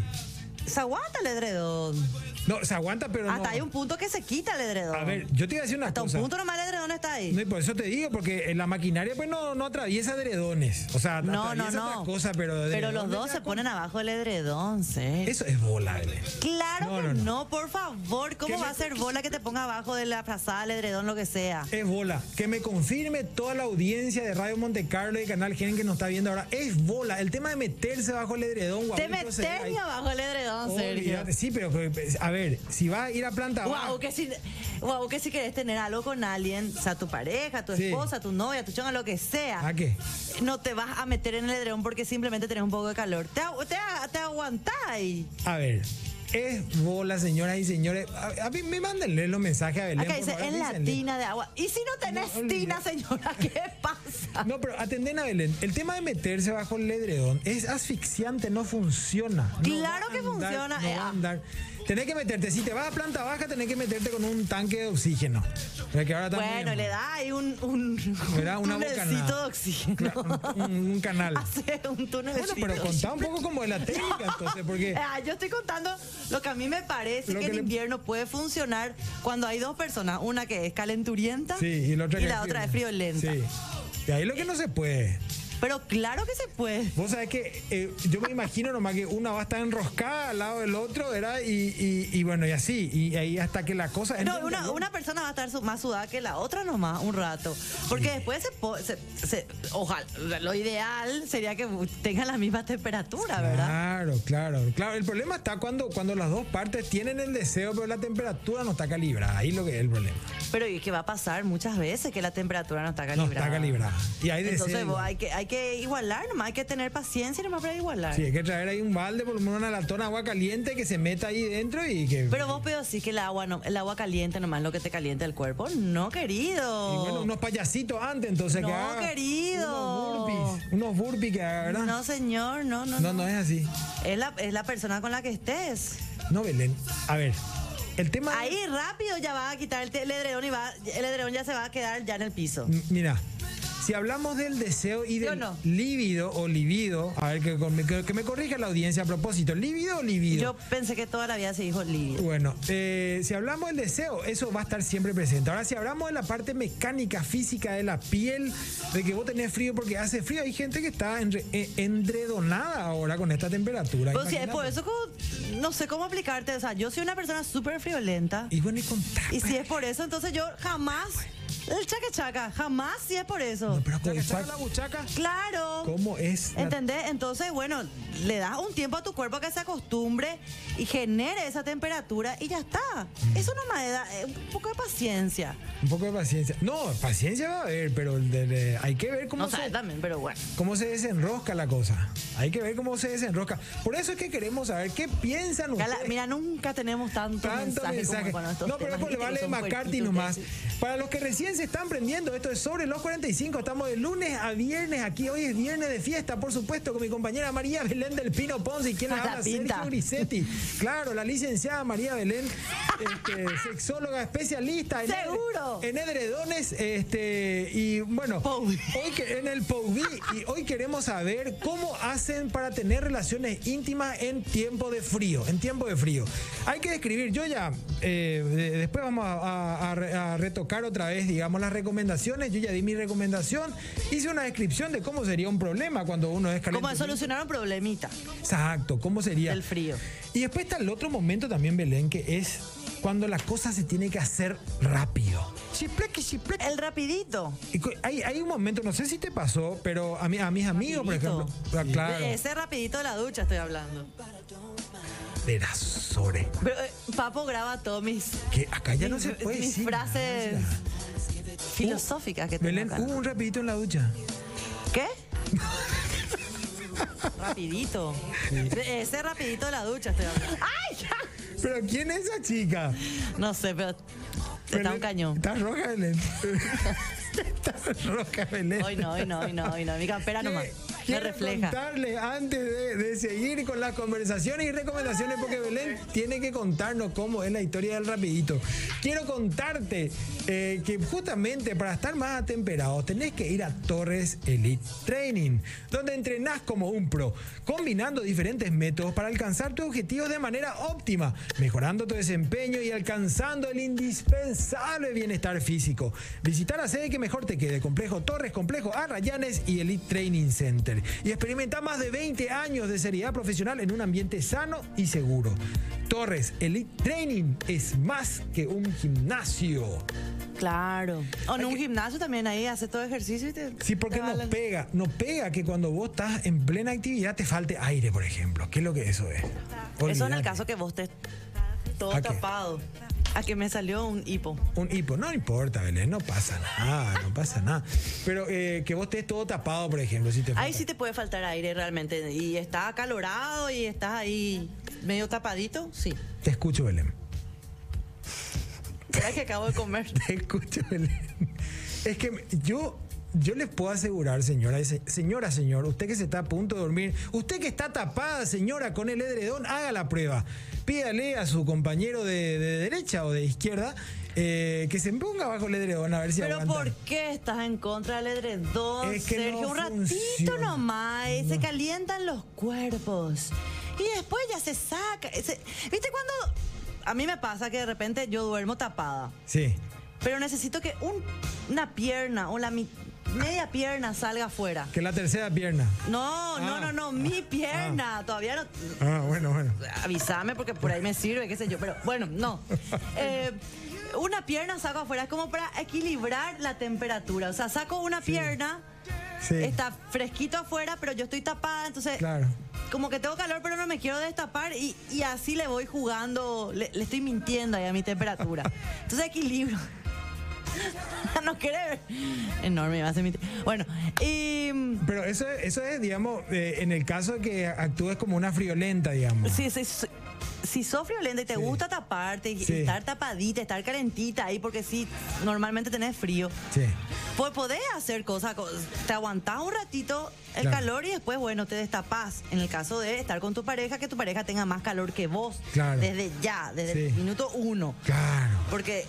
[SPEAKER 2] se aguanta el edredón.
[SPEAKER 1] No, se aguanta, pero
[SPEAKER 2] Hasta
[SPEAKER 1] no.
[SPEAKER 2] hay un punto que se quita el edredón.
[SPEAKER 1] A ver, yo te iba a decir una
[SPEAKER 2] Hasta un
[SPEAKER 1] cosa.
[SPEAKER 2] punto nomás el edredón está ahí.
[SPEAKER 1] No, y por eso te digo, porque en la maquinaria pues no, no atraviesa edredones. O sea,
[SPEAKER 2] No, no,
[SPEAKER 1] atraviesa
[SPEAKER 2] no.
[SPEAKER 1] otra cosa, pero
[SPEAKER 2] Pero
[SPEAKER 1] edredones
[SPEAKER 2] los dos
[SPEAKER 1] ya
[SPEAKER 2] se
[SPEAKER 1] con-
[SPEAKER 2] ponen abajo del edredón, Sergio.
[SPEAKER 1] Eso es bola, Belén.
[SPEAKER 2] Claro
[SPEAKER 1] No,
[SPEAKER 2] que
[SPEAKER 1] no, no.
[SPEAKER 2] no. por favor.
[SPEAKER 1] ¿Qué
[SPEAKER 2] ¿Cómo va
[SPEAKER 1] me-
[SPEAKER 2] a ser bola que te ponga abajo de la frazada, el edredón, lo que sea?
[SPEAKER 1] Es bola. Que me confirme toda la audiencia de Radio Monte Carlo y Canal Gen que nos está viendo ahora. Es bola. El tema de meterse bajo el edredón.
[SPEAKER 2] Te
[SPEAKER 1] guau,
[SPEAKER 2] metes
[SPEAKER 1] entonces, ahí-
[SPEAKER 2] ni abajo el edredón, Sergio.
[SPEAKER 1] oh, Olvídate. Sí, pero pues, a ver, si vas a ir a planta baja,
[SPEAKER 2] Wow, que si, guau, que si querés tener algo con alguien, o sea, tu pareja, tu
[SPEAKER 1] Sí.
[SPEAKER 2] esposa, tu novia, tu chonga, lo que sea,
[SPEAKER 1] ¿A qué?
[SPEAKER 2] no te vas a meter en el edredón porque simplemente tenés un poco de calor. Te, agu- te, a- te aguantás ahí.
[SPEAKER 1] A ver. Es bola, señoras y señores. A, a mí me mándenle los mensajes a Belén.
[SPEAKER 2] Acá
[SPEAKER 1] por
[SPEAKER 2] dice,
[SPEAKER 1] favor,
[SPEAKER 2] en la
[SPEAKER 1] avísenle.
[SPEAKER 2] tina de agua. ¿Y si no tenés
[SPEAKER 1] No, olvídate.
[SPEAKER 2] tina, señora? ¿Qué pasa?
[SPEAKER 1] No, pero atenden a Belén. El tema de meterse bajo el edredón es asfixiante, no funciona. No
[SPEAKER 2] Claro
[SPEAKER 1] va a
[SPEAKER 2] que funciona,
[SPEAKER 1] No va a
[SPEAKER 2] eh,
[SPEAKER 1] andar. Tenés que meterte, si te vas a planta baja, tenés que meterte con un tanque de oxígeno. Porque ahora también,
[SPEAKER 2] Bueno, le da ahí un, un,
[SPEAKER 1] Le da
[SPEAKER 2] un
[SPEAKER 1] una
[SPEAKER 2] tunelcito
[SPEAKER 1] bocanada.
[SPEAKER 2] de oxígeno.
[SPEAKER 1] Claro, un, un canal.
[SPEAKER 2] Hace un
[SPEAKER 1] Bueno,
[SPEAKER 2] tunelcito.
[SPEAKER 1] pero contá un poco como de la técnica, entonces, porque...
[SPEAKER 2] Ah, yo estoy contando lo que a mí me parece
[SPEAKER 1] Lo
[SPEAKER 2] que,
[SPEAKER 1] que
[SPEAKER 2] en
[SPEAKER 1] le-
[SPEAKER 2] invierno puede funcionar cuando hay dos personas, una que es calenturienta
[SPEAKER 1] Sí, y la otra que
[SPEAKER 2] la otra es friolenta.
[SPEAKER 1] Sí. Y ahí lo que no se puede.
[SPEAKER 2] Pero claro que se puede.
[SPEAKER 1] Vos sabés que eh, yo me imagino nomás que una va a estar enroscada al lado del otro, ¿verdad? Y, y- y bueno, y así. Y ahí hasta que la cosa.
[SPEAKER 2] No,
[SPEAKER 1] entra en
[SPEAKER 2] una,
[SPEAKER 1] calor.
[SPEAKER 2] una persona va a estar su- más sudada que la otra nomás un rato. Porque después se, po- se- se- Ojalá. Lo ideal sería que tengan la misma
[SPEAKER 1] Ah.
[SPEAKER 2] temperatura, ¿verdad?
[SPEAKER 1] Claro, claro, claro. El problema está cuando, cuando las dos partes tienen el deseo, pero la temperatura no está calibrada. Ahí lo que es el problema.
[SPEAKER 2] Pero es que va a pasar muchas veces que la temperatura no está
[SPEAKER 1] No
[SPEAKER 2] calibrada.
[SPEAKER 1] está calibrada. Y hay deseo.
[SPEAKER 2] Entonces vos, hay, que, hay que igualar nomás, hay que tener paciencia nomás para igualar.
[SPEAKER 1] Sí, hay que traer ahí un balde, por lo menos una latona de agua caliente que se meta ahí dentro y que.
[SPEAKER 2] Pero vos pedo sí que el agua, no, el agua caliente nomás lo que te calienta el cuerpo. No,
[SPEAKER 1] Y
[SPEAKER 2] querido.
[SPEAKER 1] bueno, unos payasitos antes, entonces
[SPEAKER 2] No,
[SPEAKER 1] que haga
[SPEAKER 2] querido.
[SPEAKER 1] Unos burpees. Unos burpees que haga, ¿verdad?
[SPEAKER 2] No, señor, no, no.
[SPEAKER 1] Ah. No,
[SPEAKER 2] no.
[SPEAKER 1] no es así.
[SPEAKER 2] Es, la, es la persona con la que estés.
[SPEAKER 1] No, Belén. A ver, el tema. de-
[SPEAKER 2] Ahí rápido ya va a quitar el, te- el edredón y va, el edredón ya se va a quedar ya en el piso.
[SPEAKER 1] M- Mira, si hablamos del deseo y
[SPEAKER 2] ¿Sí o
[SPEAKER 1] del
[SPEAKER 2] no?
[SPEAKER 1] líbido o libido, a ver, que, con- que- que me corrija la audiencia a propósito, ¿líbido o libido?
[SPEAKER 2] Yo pensé que toda la vida se dijo lívido.
[SPEAKER 1] Bueno, eh, si hablamos del deseo, eso va a estar siempre presente. Ahora, si hablamos de la parte mecánica, física de la piel, de que vos tenés frío porque hace frío, hay gente que está enre- eh, endredonada e, ahora con esta temperatura.
[SPEAKER 2] Pues sí, es
[SPEAKER 1] imagínate.
[SPEAKER 2] por eso que no sé cómo aplicarte. O sea, yo soy una persona súper friolenta.
[SPEAKER 1] Y bueno, y contá.
[SPEAKER 2] Y si es por eso, entonces yo jamás. El chaca chaca, jamás si es por eso.
[SPEAKER 1] No, pero
[SPEAKER 5] ¿Ya que
[SPEAKER 1] Codifac,
[SPEAKER 5] saca la buchaca?
[SPEAKER 2] Claro.
[SPEAKER 1] ¿cómo es? la-
[SPEAKER 2] ¿Entendés? Entonces, bueno, le das un tiempo a tu cuerpo a que se acostumbre y genere esa temperatura y ya está.
[SPEAKER 1] Mm.
[SPEAKER 2] Eso nomás me da eh, un poco de paciencia.
[SPEAKER 1] Un poco de paciencia. No, paciencia va a haber, pero de- de- hay que ver cómo
[SPEAKER 2] No sabes
[SPEAKER 1] se-
[SPEAKER 2] también, pero bueno.
[SPEAKER 1] cómo se desenrosca la cosa. Hay que ver cómo se desenrosca. Por eso es que queremos saber qué piensan ustedes.
[SPEAKER 2] Cala- mira, nunca tenemos tanto,
[SPEAKER 1] Tanto
[SPEAKER 2] mensaje,
[SPEAKER 1] mensaje.
[SPEAKER 2] como con estos
[SPEAKER 1] No, pero
[SPEAKER 2] temas,
[SPEAKER 1] después le
[SPEAKER 2] viste, que
[SPEAKER 1] vale
[SPEAKER 2] son
[SPEAKER 1] McCarthy
[SPEAKER 2] puerquitos,
[SPEAKER 1] nomás.
[SPEAKER 2] que decís,
[SPEAKER 1] Para los que recién se están prendiendo, esto es sobre los 45. Estamos de lunes a viernes aquí. Hoy es viernes de fiesta, por supuesto, con mi compañera María Belén del Pino Ponce. ¿Quién
[SPEAKER 2] La
[SPEAKER 1] habla?
[SPEAKER 2] pinta.
[SPEAKER 1] Sergio Grisetti. Claro, la licenciada María Belén, este, sexóloga especialista en,
[SPEAKER 2] Seguro.
[SPEAKER 1] en edredones. Este, y bueno,
[SPEAKER 2] Pou.
[SPEAKER 1] Hoy que- en el POVI y hoy queremos saber cómo hacen para tener relaciones íntimas en tiempo de frío. En tiempo de frío. Hay que describir, yo ya, eh, de- después vamos a, a- a re- a retocar otra vez, digamos, las recomendaciones. Yo ya di mi recomendación, hice una descripción de cómo sería un problema cuando uno es
[SPEAKER 2] Como de
[SPEAKER 1] calenturiento.
[SPEAKER 2] solucionar un problemita
[SPEAKER 1] Exacto, cómo sería.
[SPEAKER 2] del frío.
[SPEAKER 1] Y después está el otro momento también, Belén, que es cuando la cosa se tiene que hacer rápido. Chipleque, chipleque.
[SPEAKER 2] El rapidito.
[SPEAKER 1] Y cu- Hay, hay un momento, no sé si te pasó, pero a, mí, a mis amigos, por ejemplo.
[SPEAKER 2] Rapidito.
[SPEAKER 1] Ah, claro.
[SPEAKER 2] De ese rapidito de la ducha estoy hablando.
[SPEAKER 1] Era sobre.
[SPEAKER 2] Pero eh, Papo graba todos mis,
[SPEAKER 1] Que acá ya no
[SPEAKER 2] mis-
[SPEAKER 1] se puede
[SPEAKER 2] mis
[SPEAKER 1] decir
[SPEAKER 2] frases
[SPEAKER 1] nada.
[SPEAKER 2] filosóficas que tengo
[SPEAKER 1] Belén, uh,
[SPEAKER 2] acá.
[SPEAKER 1] hubo un rapidito en la ducha.
[SPEAKER 2] ¿Qué? rapidito. De ese rapidito de la ducha estoy hablando.
[SPEAKER 1] Pero ¿quién es esa chica?
[SPEAKER 2] No sé, pero está
[SPEAKER 1] Belén,
[SPEAKER 2] un cañón.
[SPEAKER 1] Está roja, Belén. está roja, Belén.
[SPEAKER 2] Hoy no, hoy no, hoy no, hoy no. Mi campera nomás. Me
[SPEAKER 1] Quiero
[SPEAKER 2] refleja.
[SPEAKER 1] contarles antes de, de seguir con las conversaciones y recomendaciones, porque Belén tiene que contarnos cómo es la historia del rapidito. Quiero contarte eh, que justamente para estar más atemperados tenés que ir a Torres Elite Training, donde entrenás como un pro, combinando diferentes métodos para alcanzar tus objetivos de manera óptima, mejorando tu desempeño y alcanzando el indispensable bienestar físico. Visitar la sede que mejor te quede, Complejo Torres, Complejo Arrayanes y Elite Training Center. Y experimenta más de 20 años de seriedad profesional en un ambiente sano y seguro. Torres Elite Training es más que un gimnasio.
[SPEAKER 2] Claro. O en un gimnasio también ahí hace todo ejercicio y te.
[SPEAKER 1] Sí, porque
[SPEAKER 2] te
[SPEAKER 1] nos
[SPEAKER 2] balan.
[SPEAKER 1] pega, nos pega que cuando vos estás en plena actividad te falte aire, por ejemplo. ¿Qué es lo que eso es?
[SPEAKER 2] Eso en el
[SPEAKER 1] Olvídate.
[SPEAKER 2] caso que vos estés todo
[SPEAKER 1] ¿A qué?
[SPEAKER 2] tapado. A que me salió un hipo.
[SPEAKER 1] Un hipo, no importa, Belén, no pasa nada, no pasa nada. Pero eh, que vos estés todo tapado, por ejemplo, si te
[SPEAKER 2] Ahí
[SPEAKER 1] falta-
[SPEAKER 2] sí te puede faltar aire realmente. Y estás acalorado y estás ahí medio tapadito, sí.
[SPEAKER 1] Te escucho, Belén.
[SPEAKER 2] Será que acabo de comer.
[SPEAKER 1] Te escucho, Belén. Es que yo, yo les puedo asegurar, señora, dice, señora, señor, usted que se está a punto de dormir, usted que está tapada, señora, con el edredón, haga la prueba. Pídale a su compañero de, de derecha o de izquierda eh, que se ponga bajo el edredón a ver si
[SPEAKER 2] Pero
[SPEAKER 1] aguanta.
[SPEAKER 2] ¿por qué estás en contra del edredón,
[SPEAKER 1] Es que
[SPEAKER 2] Sergio?
[SPEAKER 1] no
[SPEAKER 2] Un ratito
[SPEAKER 1] funciona.
[SPEAKER 2] nomás, y se calientan los cuerpos. Y después ya se saca. se- ¿Viste cuando.? A mí me pasa que de repente yo duermo tapada,
[SPEAKER 1] Sí.
[SPEAKER 2] pero necesito que un- una pierna o la mi- media pierna salga afuera.
[SPEAKER 1] Que la tercera pierna.
[SPEAKER 2] No, no,
[SPEAKER 1] Ah.
[SPEAKER 2] no, no, mi pierna. Todavía no.
[SPEAKER 1] Ah, bueno, bueno.
[SPEAKER 2] Avísame porque por ahí me sirve, qué sé yo. Pero bueno, no. Eh, una pierna saco afuera, es como para equilibrar la temperatura. O sea, saco una pierna,
[SPEAKER 1] Sí.
[SPEAKER 2] está fresquito afuera, pero yo estoy tapada, entonces
[SPEAKER 1] Claro.
[SPEAKER 2] como que tengo calor, pero no me quiero destapar y, y así le voy jugando, le, le estoy mintiendo ahí a mi temperatura. Entonces equilibro. no quiere ver. Enorme, me hace mentir. Bueno, y... mm,
[SPEAKER 1] Pero eso, es- eso es, digamos, eh, en el caso de que actúes como una friolenta, digamos.
[SPEAKER 2] Si, si, si- si sos friolenta y te gusta taparte, y
[SPEAKER 1] Sí.
[SPEAKER 2] estar tapadita, estar calentita ahí, porque si normalmente tenés frío,
[SPEAKER 1] Sí.
[SPEAKER 2] pues podés hacer cosas, co- te aguantás un ratito el
[SPEAKER 1] Claro.
[SPEAKER 2] calor y después, bueno, te destapás. En el caso de estar con tu pareja, que tu pareja tenga más calor que vos,
[SPEAKER 1] Claro.
[SPEAKER 2] desde ya, desde el
[SPEAKER 1] Sí.
[SPEAKER 2] minuto uno.
[SPEAKER 1] Claro.
[SPEAKER 2] Porque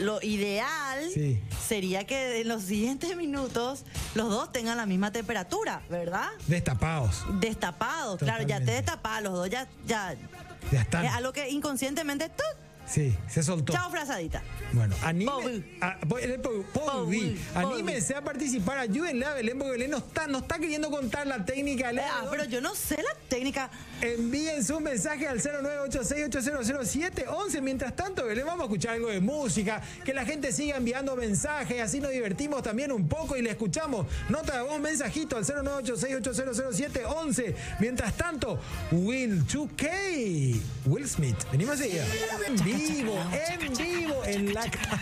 [SPEAKER 2] lo ideal
[SPEAKER 1] Sí.
[SPEAKER 2] sería que en los siguientes minutos los dos tengan la misma temperatura, ¿verdad?
[SPEAKER 1] Destapados.
[SPEAKER 2] Destapados, claro, ya te
[SPEAKER 1] Totalmente.
[SPEAKER 2] destapas, los dos ya, ya,
[SPEAKER 1] Ya están.
[SPEAKER 2] es algo que inconscientemente tú
[SPEAKER 1] Sí, se soltó.
[SPEAKER 2] Eh, Chao, frazadita.
[SPEAKER 1] Bueno, anime,
[SPEAKER 2] Pobu.
[SPEAKER 1] a- eh, po- el- po-
[SPEAKER 2] Pobu,
[SPEAKER 1] Pobu.
[SPEAKER 2] Pobu.
[SPEAKER 1] anímense a participar, ayúdenle a Belén, porque Belén no está, no está queriendo contar la técnica. del
[SPEAKER 2] Ah,
[SPEAKER 1] edredón.
[SPEAKER 2] pero yo no sé la técnica.
[SPEAKER 1] Envíen su mensaje al 0986800711. Mientras tanto, Belén, vamos a escuchar algo de música, que la gente siga enviando mensajes, así nos divertimos también un poco y le escuchamos. Nota de voz, mensajito al 0986800711. Mientras tanto, Will 2K, Will Smith, venimos allá. En vivo, en vivo, en la, ca-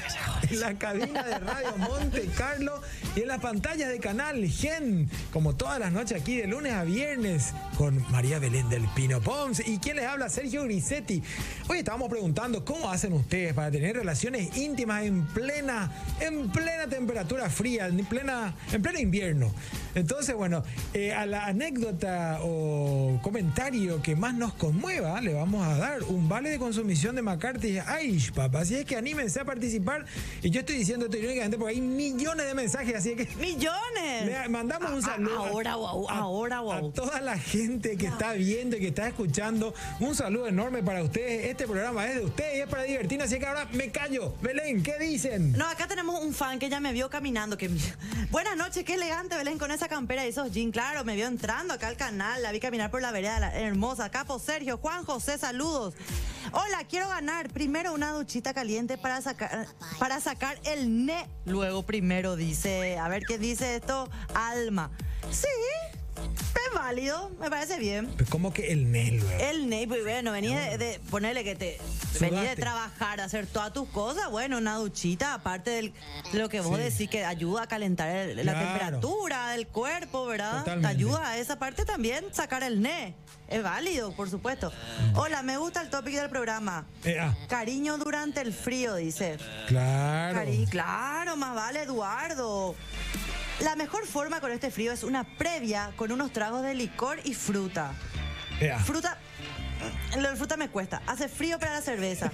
[SPEAKER 1] en la cabina de Radio Monte Carlo y en las pantallas de Canal Gen, como todas las noches aquí de lunes a viernes con María Belén del Pino Pons y quien les habla Sergio Grisetti. Hoy estábamos preguntando cómo hacen ustedes para tener relaciones íntimas en plena, en plena temperatura fría, en plena, en pleno invierno. Entonces, bueno, eh, a la anécdota o comentario que más nos conmueva, le vamos a dar un vale de consumición de McCarthy Irish Pub. Así es que anímense a participar. Y yo estoy diciendo esto irónicamente porque hay millones de mensajes, así que
[SPEAKER 2] ¡Millones!
[SPEAKER 1] le mandamos un
[SPEAKER 2] Eh, A- a-
[SPEAKER 1] saludo. a-
[SPEAKER 2] Ahora, wow,
[SPEAKER 1] a-
[SPEAKER 2] ahora, wow.
[SPEAKER 1] A toda la gente que está viendo y que está escuchando, un saludo enorme para ustedes. Este programa es de ustedes y es para divertirnos, así que ahora me callo. Belén, ¿qué dicen?
[SPEAKER 2] No, acá tenemos un fan que ya me vio caminando. Que... Buenas noches, qué elegante, Belén, con esa campera y esos jeans. Claro, me vio entrando acá al canal, la vi caminar por la vereda, la- hermosa. Capo Sergio, Juan José, saludos. Hola, quiero ganar primero una duchita caliente para sacar, para sacar el ne. Luego primero dice, a ver qué dice esto, Alma. Sí, es válido, me parece bien.
[SPEAKER 1] Pues como que el Nel, güey.
[SPEAKER 2] El Ney, pues bueno, venía de, de ponerle que te venía de
[SPEAKER 1] Sudaste.
[SPEAKER 2] trabajar, de hacer todas tus cosas, bueno, una duchita, aparte del- de lo que vos
[SPEAKER 1] Sí.
[SPEAKER 2] decís que ayuda a calentar el- la
[SPEAKER 1] Claro.
[SPEAKER 2] temperatura del cuerpo, ¿verdad?
[SPEAKER 1] Totalmente.
[SPEAKER 2] Te ayuda a esa parte también, sacar el ne. Es válido, por supuesto.
[SPEAKER 1] Mm.
[SPEAKER 2] Hola, me gusta el topic del programa.
[SPEAKER 1] Eh, ah,
[SPEAKER 2] Cariño durante el frío, dice.
[SPEAKER 1] claro.
[SPEAKER 2] Cari- claro, más vale, Eduardo. La mejor forma con este frío es una previa con unos tragos de licor y fruta.
[SPEAKER 1] Eh, ah.
[SPEAKER 2] Fruta. mm, Lo de fruta me cuesta. Hace frío para la cerveza.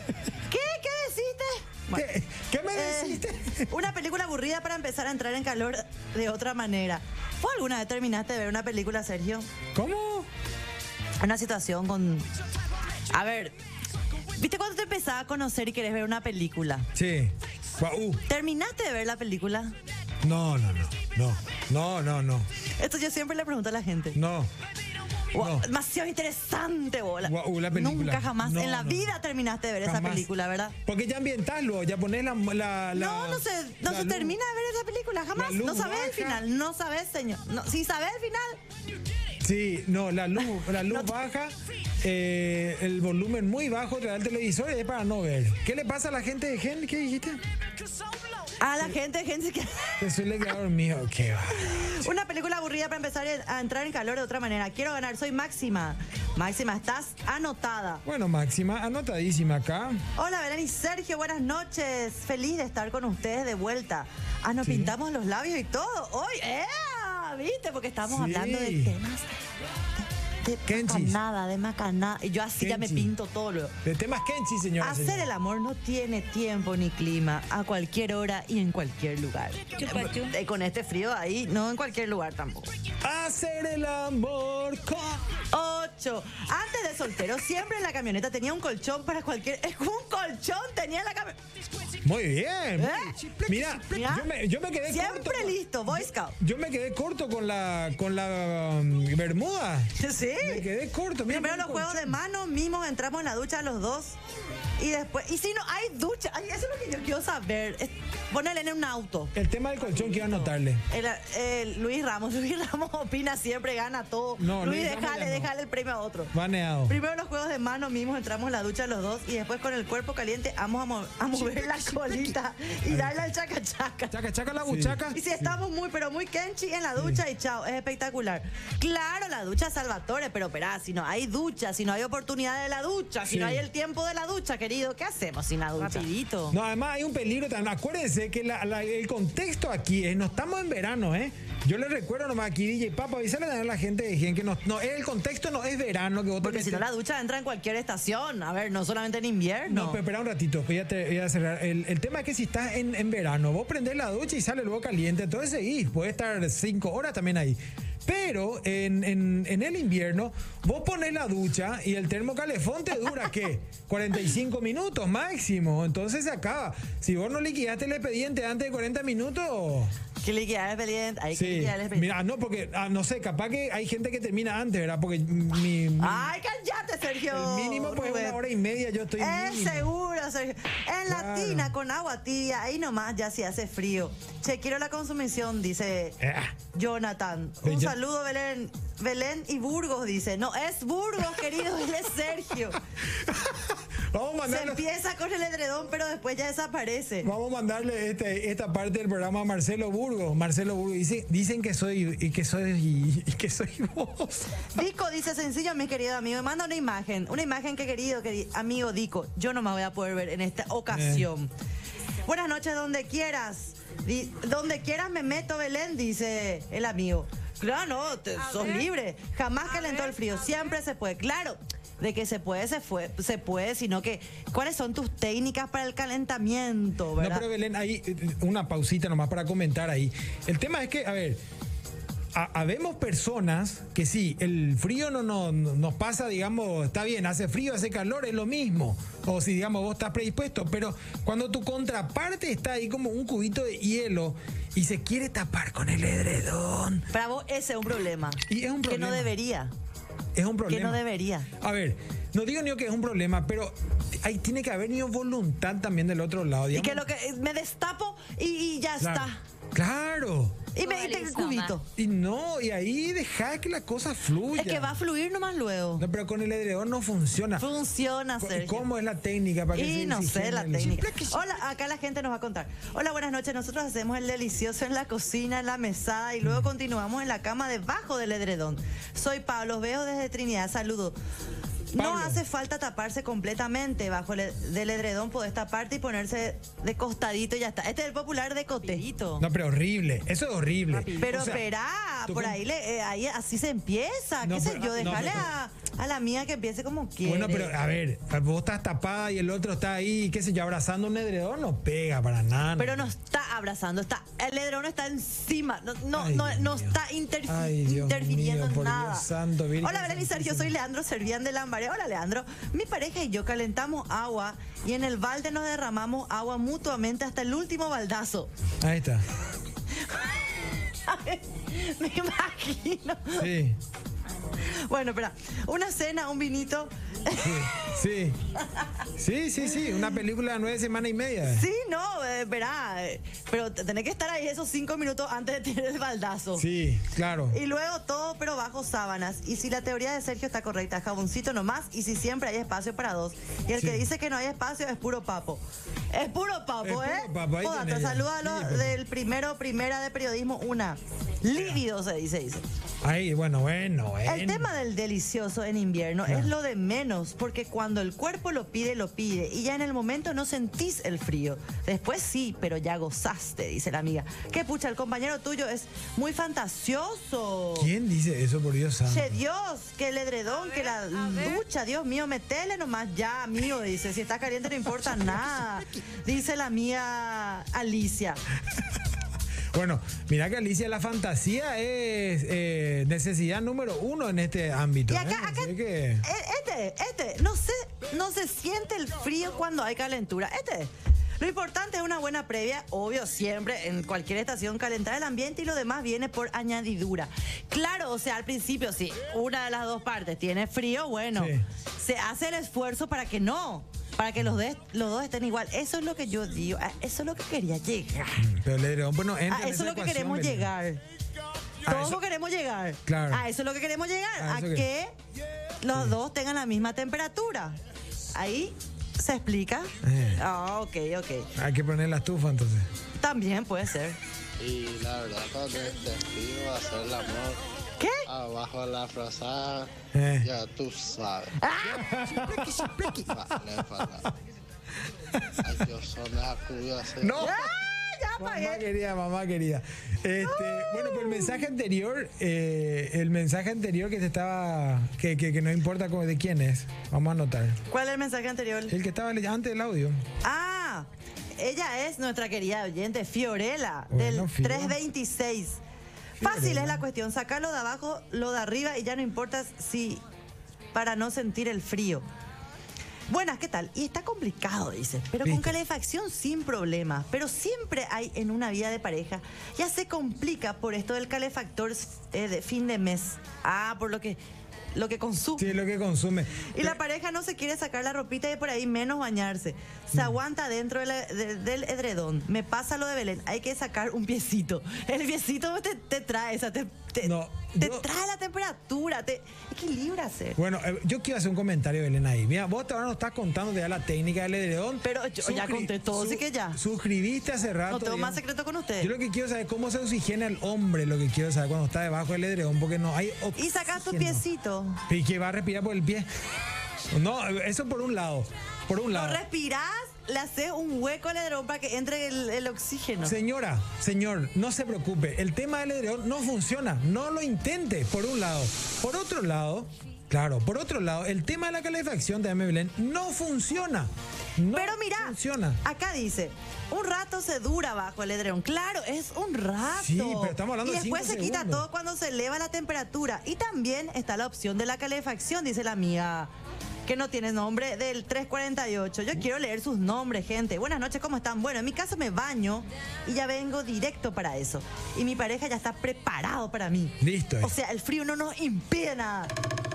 [SPEAKER 2] ¿Qué? ¿Qué deciste? Bueno,
[SPEAKER 1] ¿Qué, qué me
[SPEAKER 2] eh,
[SPEAKER 1] deciste?
[SPEAKER 2] una película aburrida para empezar a entrar en calor de otra manera. ¿Vos alguna vez terminaste de ver una película, Sergio?
[SPEAKER 1] ¿Cómo?
[SPEAKER 2] Una situación con. A ver. ¿Viste cuando te empezaba a conocer y querés ver una película?
[SPEAKER 1] Sí. Gua- uh,
[SPEAKER 2] ¿Terminaste de ver la película?
[SPEAKER 1] No, no, no. No, no, no, no.
[SPEAKER 2] Esto yo siempre le pregunto a la gente.
[SPEAKER 1] No.
[SPEAKER 2] Guau,
[SPEAKER 1] no.
[SPEAKER 2] Demasiado interesante, bola.
[SPEAKER 1] Guau, la película.
[SPEAKER 2] Nunca jamás
[SPEAKER 1] No,
[SPEAKER 2] en la
[SPEAKER 1] no.
[SPEAKER 2] vida terminaste de ver esa
[SPEAKER 1] Jamás.
[SPEAKER 2] película, ¿verdad?
[SPEAKER 1] Porque ya ambientás luego, ya ponés la. la- la-
[SPEAKER 2] No, no se, no
[SPEAKER 1] la
[SPEAKER 2] se
[SPEAKER 1] luz.
[SPEAKER 2] termina de ver esa película, jamás.
[SPEAKER 1] La luz
[SPEAKER 2] No sabes el
[SPEAKER 1] baja.
[SPEAKER 2] final, no sabes, señor. No, si sabes el final,
[SPEAKER 1] Sí, no, la luz, la luz baja, eh, el volumen muy bajo te da el televisor y es para no ver. ¿Qué le pasa a la gente de Gen? ¿Qué dijiste?
[SPEAKER 2] a la gente, gente que...
[SPEAKER 1] Que soy el creador mío. Qué va.
[SPEAKER 2] Una película aburrida para empezar a entrar en calor de otra manera. Quiero ganar, soy Máxima. Máxima, estás anotada.
[SPEAKER 1] Bueno, Máxima, anotadísima acá.
[SPEAKER 2] Hola, Belén y Sergio, buenas noches. Feliz de estar con ustedes de vuelta. Ah, nos pintamos los labios y todo. Hoy, ¡eh! ¿Viste? Porque estamos
[SPEAKER 1] Sí.
[SPEAKER 2] hablando de temas de, de
[SPEAKER 1] Kenchis.
[SPEAKER 2] macanada, de macanada. Y yo así ya me
[SPEAKER 1] Kenchi.
[SPEAKER 2] pinto todo luego.
[SPEAKER 1] De temas Kenchi, señora.
[SPEAKER 2] Hacer
[SPEAKER 1] señora.
[SPEAKER 2] el amor no tiene tiempo ni clima, a cualquier hora y en cualquier lugar. Eh, Con este frío ahí, no en cualquier lugar tampoco.
[SPEAKER 1] Hacer el amor con.
[SPEAKER 2] Ocho. Antes de soltero, siempre en la camioneta tenía un colchón para cualquier. Es un colchón tenía en la camioneta.
[SPEAKER 1] Muy bien.
[SPEAKER 2] ¿Eh?
[SPEAKER 1] Mira,
[SPEAKER 2] Mirá.
[SPEAKER 1] yo me, yo me quedé corto.
[SPEAKER 2] Siempre listo, Boy Scout.
[SPEAKER 1] Yo me quedé corto con la con la um, bermuda.
[SPEAKER 2] Sí.
[SPEAKER 1] Me quedé corto. mira,
[SPEAKER 2] Primero
[SPEAKER 1] mira,
[SPEAKER 2] los juegos de mano, mismos entramos en la ducha los dos. Y después. Y si no hay ducha. Ay, eso es lo que yo quiero saber. Es- Ponele en un auto.
[SPEAKER 1] El tema del colchón quiero anotarle.
[SPEAKER 2] El- el Luis Ramos, Luis Ramos opina siempre, gana todo.
[SPEAKER 1] No,
[SPEAKER 2] Luis,
[SPEAKER 1] Luis Ramos
[SPEAKER 2] déjale,
[SPEAKER 1] ya no.
[SPEAKER 2] déjale el premio a otro.
[SPEAKER 1] Baneado.
[SPEAKER 2] Primero los juegos de mano mismos, entramos en la ducha los dos y después con el cuerpo caliente vamos a, mo- a mover la colita y darle al chaca chaca.
[SPEAKER 1] Chaca, chaca la buchaca.
[SPEAKER 2] Y si estamos muy, pero muy kenchi en la ducha y chao, es espectacular. Claro, la ducha Salvatore, pero esperá, si no hay ducha, si no hay oportunidad de la ducha, si
[SPEAKER 1] Sí.
[SPEAKER 2] no hay el tiempo de la ducha, querido, ¿qué hacemos sin la ducha? Rapidito.
[SPEAKER 1] No, además hay un peligro también. Acuérdense que la- la- el contexto aquí es, no estamos en verano, ¿eh? Yo les recuerdo nomás aquí, DJ Papa, avísale también a la gente de Gen que no, no, el contexto no es verano. Que vos te
[SPEAKER 2] Porque si no
[SPEAKER 1] metes-
[SPEAKER 2] la ducha entra en cualquier estación, a ver, no solamente en invierno.
[SPEAKER 1] No, pero espera un ratito, voy a, te- voy a cerrar. El, el tema es que si estás en, en verano, vos prendés la ducha y sale el agua caliente, entonces seguís, puede estar cinco horas también ahí. Pero en, en- en el invierno, vos pones la ducha y el termocalefón te dura, ¿qué? 45 minutos máximo. Entonces se acaba. Si vos no liquidaste el expediente antes de 40 minutos.
[SPEAKER 2] Que liquidar el expediente. Hay que
[SPEAKER 1] Sí.
[SPEAKER 2] liquidar el expediente.
[SPEAKER 1] Mira, no, porque, ah, no sé, capaz que hay gente que termina antes, ¿verdad? Porque mi, mi-
[SPEAKER 2] ¡Ay, cállate, Sergio!
[SPEAKER 1] el mínimo, pues,
[SPEAKER 2] Ah, Rubén.
[SPEAKER 1] una hora y media yo estoy.
[SPEAKER 2] Es
[SPEAKER 1] mínimo.
[SPEAKER 2] seguro, Sergio. En la
[SPEAKER 1] Claro.
[SPEAKER 2] tina, con agua tibia, ahí nomás ya si hace frío. Che, quiero la consumición, dice
[SPEAKER 1] Eh,
[SPEAKER 2] Jonathan.
[SPEAKER 1] Pero
[SPEAKER 2] Un
[SPEAKER 1] ya-
[SPEAKER 2] saludo, Belén. Belén y Burgos, dice. No, es Burgos, querido, él es Sergio.
[SPEAKER 1] Vamos a
[SPEAKER 2] Se
[SPEAKER 1] mandarlo-
[SPEAKER 2] empieza con el edredón, pero después ya desaparece.
[SPEAKER 1] Vamos a mandarle este- esta parte del programa a Marcelo Burgo. Marcelo Burgo dice, dicen que soy y que soy y, que soy vos.
[SPEAKER 2] Dico dice sencillo, mi querido amigo, me manda una imagen, una imagen que querido queri- amigo Dico, yo no me voy a poder ver en esta ocasión.
[SPEAKER 1] Eh.
[SPEAKER 2] Buenas noches donde quieras, Di- donde quieras me meto Belén, dice el amigo. Claro, no, te- sos libre, jamás calentó el frío, siempre se puede, claro. De que se puede, se, fue, se puede, sino que cuáles son tus técnicas para el calentamiento,
[SPEAKER 1] No,
[SPEAKER 2] ¿verdad?
[SPEAKER 1] pero Belén, ahí eh, una pausita nomás para comentar ahí. El tema es que, a ver, ha- habemos personas que sí, el frío no, no- no- nos pasa, digamos, está bien, hace frío, hace calor, es lo mismo. O si, digamos, vos estás predispuesto, pero cuando tu contraparte está ahí como un cubito de hielo y se quiere tapar con el edredón,
[SPEAKER 2] Para vos ese es un problema.
[SPEAKER 1] Y es un
[SPEAKER 2] Que no
[SPEAKER 1] problema.
[SPEAKER 2] debería,
[SPEAKER 1] es un problema.
[SPEAKER 2] que no debería.
[SPEAKER 1] A ver, no digo ni que es un problema, pero ahí tiene que haber ni voluntad también del otro lado.
[SPEAKER 2] Y
[SPEAKER 1] digamos.
[SPEAKER 2] que lo que eh, me destapo y, y ya
[SPEAKER 1] Claro.
[SPEAKER 2] está.
[SPEAKER 1] Claro.
[SPEAKER 2] Y me
[SPEAKER 3] Vale,
[SPEAKER 2] diste el
[SPEAKER 3] Isoma.
[SPEAKER 2] cubito.
[SPEAKER 1] Y no, y ahí deja que la cosa fluya.
[SPEAKER 2] Es que va a fluir nomás luego.
[SPEAKER 1] No, pero con el edredón no funciona.
[SPEAKER 2] Funciona,
[SPEAKER 1] Co- ¿Y
[SPEAKER 2] Sergio.
[SPEAKER 1] cómo es la técnica para que
[SPEAKER 2] Y
[SPEAKER 1] se
[SPEAKER 2] no sé
[SPEAKER 1] oxigene
[SPEAKER 2] la
[SPEAKER 1] el-
[SPEAKER 2] técnica. Hola, acá la gente nos va a contar. Hola, buenas noches. Nosotros hacemos el delicioso en la cocina, en la mesada y luego continuamos en la cama debajo del edredón. Soy Pablo, os veo desde Trinidad. Saludo. No
[SPEAKER 1] Pablo.
[SPEAKER 2] hace falta taparse completamente bajo el, del edredón, podés taparte y ponerse de costadito y ya está. Este es el popular de cotejito.
[SPEAKER 1] No, pero horrible. Eso es horrible.
[SPEAKER 2] Pero
[SPEAKER 1] O sea,
[SPEAKER 2] esperá,
[SPEAKER 1] tú
[SPEAKER 2] por
[SPEAKER 1] con-
[SPEAKER 2] ahí, le, eh, ahí así se empieza,
[SPEAKER 1] No,
[SPEAKER 2] qué sé
[SPEAKER 1] pero-
[SPEAKER 2] yo,
[SPEAKER 1] ah, no,
[SPEAKER 2] dejarle
[SPEAKER 1] pero-
[SPEAKER 2] a, a la mía que empiece como quiere.
[SPEAKER 1] Bueno, pero a ver, vos estás tapada y el otro está ahí, qué sé yo, abrazando un edredón, no pega para nada.
[SPEAKER 2] Pero no está abrazando, está el ledrón está encima, no, no,
[SPEAKER 1] Ay,
[SPEAKER 2] no,
[SPEAKER 1] Dios
[SPEAKER 2] no
[SPEAKER 1] mío.
[SPEAKER 2] está interfi-
[SPEAKER 1] Ay, Dios
[SPEAKER 2] interfiriendo
[SPEAKER 1] mío,
[SPEAKER 2] en
[SPEAKER 1] por
[SPEAKER 2] nada.
[SPEAKER 1] Dios santo, Virgen
[SPEAKER 2] Hola, Belén y Sergio, soy Leandro Servián de Lambaré. Hola, Leandro. Mi pareja y yo calentamos agua y en el balde nos derramamos agua mutuamente hasta el último baldazo.
[SPEAKER 1] Ahí está.
[SPEAKER 2] Me imagino.
[SPEAKER 1] Sí.
[SPEAKER 2] Bueno, espera, una cena, un vinito.
[SPEAKER 1] Sí. Sí, sí, sí. Una película de nueve semanas y media.
[SPEAKER 2] Sí, no, eh, verá, eh, pero te- tenés que estar ahí esos cinco minutos antes de tirar el baldazo.
[SPEAKER 1] Sí, claro.
[SPEAKER 2] Y luego todo, pero bajo sábanas. Y si la teoría de Sergio está correcta, jaboncito nomás. Y si siempre hay espacio para dos. Y el que dice que no hay espacio es puro papo. Es puro papo,
[SPEAKER 1] Es puro
[SPEAKER 2] ¿eh?
[SPEAKER 1] papo, ahí
[SPEAKER 2] Joda,
[SPEAKER 1] tenés
[SPEAKER 2] te
[SPEAKER 1] ya.
[SPEAKER 2] saluda a los
[SPEAKER 1] Sí, papo.
[SPEAKER 2] del primero, primera de periodismo, una. Lívido se dice, dice.
[SPEAKER 1] Ahí, bueno, bueno,
[SPEAKER 2] El
[SPEAKER 1] bueno.
[SPEAKER 2] tema del delicioso en invierno es lo de menos, porque cuando el cuerpo lo pide, lo pide, y ya en el momento no sentís el frío. Después sí, pero ya gozaste, dice la amiga. Que pucha, el compañero tuyo es muy fantasioso.
[SPEAKER 1] ¿Quién dice eso, por Dios santo?
[SPEAKER 2] Che Dios, que el edredón, que la ducha, Dios mío, metele nomás ya, amigo, dice. Si está caliente no importa nada, dice la mía Alicia.
[SPEAKER 1] Bueno, mira que Alicia, la fantasía es eh, necesidad número uno en este ámbito.
[SPEAKER 2] Y
[SPEAKER 1] ¿eh?
[SPEAKER 2] acá, acá,
[SPEAKER 1] Así
[SPEAKER 2] eh,
[SPEAKER 1] que-
[SPEAKER 2] este, este, no se, no se siente el frío cuando hay calentura. Este, lo importante es una buena previa, obvio, siempre en cualquier estación calentar el ambiente y lo demás viene por añadidura. Claro, o sea, al principio, si una de las dos partes tiene frío, bueno,
[SPEAKER 1] Sí.
[SPEAKER 2] se hace el esfuerzo para que no, para que los, des- los dos estén igual. Eso es lo que yo digo, a eso es lo que quería llegar.
[SPEAKER 1] mm, Pero le diré, bueno, entra
[SPEAKER 2] A
[SPEAKER 1] en
[SPEAKER 2] Ah, eso
[SPEAKER 1] esa
[SPEAKER 2] es lo que
[SPEAKER 1] ecuación, Ah,
[SPEAKER 2] queremos
[SPEAKER 1] Belén.
[SPEAKER 2] llegar.
[SPEAKER 1] A
[SPEAKER 2] Todos
[SPEAKER 1] eso-
[SPEAKER 2] queremos llegar.
[SPEAKER 1] Claro.
[SPEAKER 2] A eso es lo que queremos llegar.
[SPEAKER 1] A
[SPEAKER 2] A,
[SPEAKER 1] eso
[SPEAKER 2] que los dos tengan la misma temperatura. Ahí se explica.
[SPEAKER 1] Eh.
[SPEAKER 2] Ah, ok, ok.
[SPEAKER 1] Hay que poner la estufa entonces.
[SPEAKER 2] También puede ser.
[SPEAKER 5] Y la verdad, cuando estés frío, hacer el amor
[SPEAKER 2] ¿Qué?
[SPEAKER 5] abajo de la frazada,
[SPEAKER 1] Eh.
[SPEAKER 5] ya tú sabes. Vale, para. Ay, yo son las acudas. eh.
[SPEAKER 1] ¡No!
[SPEAKER 2] ¡Ah! Ya
[SPEAKER 1] Mamá
[SPEAKER 2] apagué.
[SPEAKER 1] querida, mamá querida. Este, Bueno, pues el mensaje anterior, eh, el mensaje anterior que te estaba, que, que- que no importa cómo- de quién es, vamos a anotar.
[SPEAKER 2] ¿Cuál es el mensaje anterior?
[SPEAKER 1] El que estaba le- antes del audio.
[SPEAKER 2] Ah, ella es nuestra querida oyente Fiorella,
[SPEAKER 1] Bueno,
[SPEAKER 2] del
[SPEAKER 1] Fio.
[SPEAKER 2] 326. Fácil es la cuestión, sacarlo de abajo, lo de arriba y ya no importa si para no sentir el frío. Buenas, ¿qué tal? Y está complicado, dice. Pero con
[SPEAKER 1] Listo.
[SPEAKER 2] calefacción sin problemas. Pero siempre hay en una vida de pareja. Ya se complica por esto del calefactor eh, de fin de mes. Ah, por lo que, lo que consume.
[SPEAKER 1] Sí, es lo que consume.
[SPEAKER 2] Y la pareja no se quiere sacar la ropita y por ahí menos bañarse.
[SPEAKER 1] Mm.
[SPEAKER 2] Se aguanta dentro de la- de- del edredón. Me pasa lo de Belén. Hay que sacar un piecito. El piecito te, te trae, o sea, te, te-
[SPEAKER 1] No,
[SPEAKER 2] te
[SPEAKER 1] yo-
[SPEAKER 2] trae la temperatura, te equilibra hacer.
[SPEAKER 1] Bueno, eh, yo quiero hacer un comentario, Belén, ahí. Mira, vos ahora nos estás contando ya la técnica del edredón.
[SPEAKER 2] Pero yo ya conté todo, así que ya.
[SPEAKER 1] Suscribiste hace rato.
[SPEAKER 2] No tengo
[SPEAKER 1] digamos.
[SPEAKER 2] más secreto con ustedes.
[SPEAKER 1] Yo lo que quiero saber es cómo se oxigena el hombre, lo que quiero saber cuando está debajo del edredón, porque no hay
[SPEAKER 2] Y sacas tu
[SPEAKER 1] oxígeno.
[SPEAKER 2] piecito.
[SPEAKER 1] Y que va a respirar por el pie. No, eso por un lado. Por un
[SPEAKER 2] Lo
[SPEAKER 1] lado.
[SPEAKER 2] respirás, le haces un hueco al edredón para que entre el, el oxígeno.
[SPEAKER 1] Señora, señor, no se preocupe. El tema del edredón no funciona. No lo intente, por un lado. Por otro lado, claro, por otro lado, el tema de la calefacción de Belén no funciona. No
[SPEAKER 2] Pero mira,
[SPEAKER 1] funciona.
[SPEAKER 2] acá dice, un rato se dura bajo el edredón. Claro, es un rato.
[SPEAKER 1] Sí, pero estamos hablando
[SPEAKER 2] Y
[SPEAKER 1] de cinco
[SPEAKER 2] después se quita
[SPEAKER 1] segundos.
[SPEAKER 2] todo cuando se eleva la temperatura. Y también está la opción de la calefacción, dice la amiga, que no tiene nombre, del 348. Yo quiero leer sus nombres, gente. Buenas noches, ¿cómo están? Bueno, en mi caso me baño y ya vengo directo para eso. Y mi pareja ya está preparado para mí.
[SPEAKER 1] Listo, eh.
[SPEAKER 2] O sea, el este, frío no nos impide nada.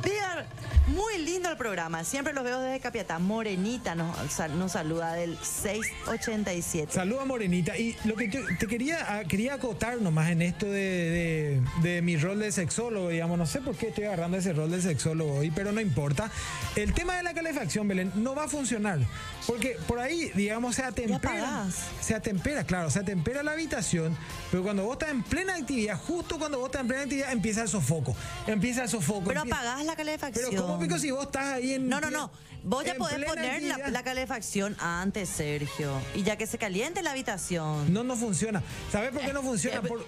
[SPEAKER 2] Digan, muy lindo el programa. Siempre los veo desde Capiatá. Morenita nos, sal- nos saluda del 687.
[SPEAKER 1] Saluda Morenita. Y lo que yo te quería, ah, quería acotar nomás en esto de, de- de mi rol de sexólogo, digamos, no sé por qué estoy agarrando ese rol de sexólogo hoy, pero no importa. El tema de la calefacción, Belén, no va a funcionar. Porque por ahí, digamos, se atempera.
[SPEAKER 2] apagás.
[SPEAKER 1] Se atempera, claro, se atempera la habitación, pero cuando vos estás en plena actividad, justo cuando vos estás en plena actividad, empieza el sofoco. Empieza el sofoco.
[SPEAKER 2] Pero
[SPEAKER 1] empieza-
[SPEAKER 2] apagás la calefacción.
[SPEAKER 1] Pero ¿cómo pico si vos estás ahí en.
[SPEAKER 2] No, no, no. Vos ya
[SPEAKER 1] en
[SPEAKER 2] podés
[SPEAKER 1] plena
[SPEAKER 2] poner la,
[SPEAKER 1] actividad?
[SPEAKER 2] la calefacción antes, Sergio. Y ya que se caliente la habitación.
[SPEAKER 1] No, no funciona. ¿Sabes por qué no funciona? Por-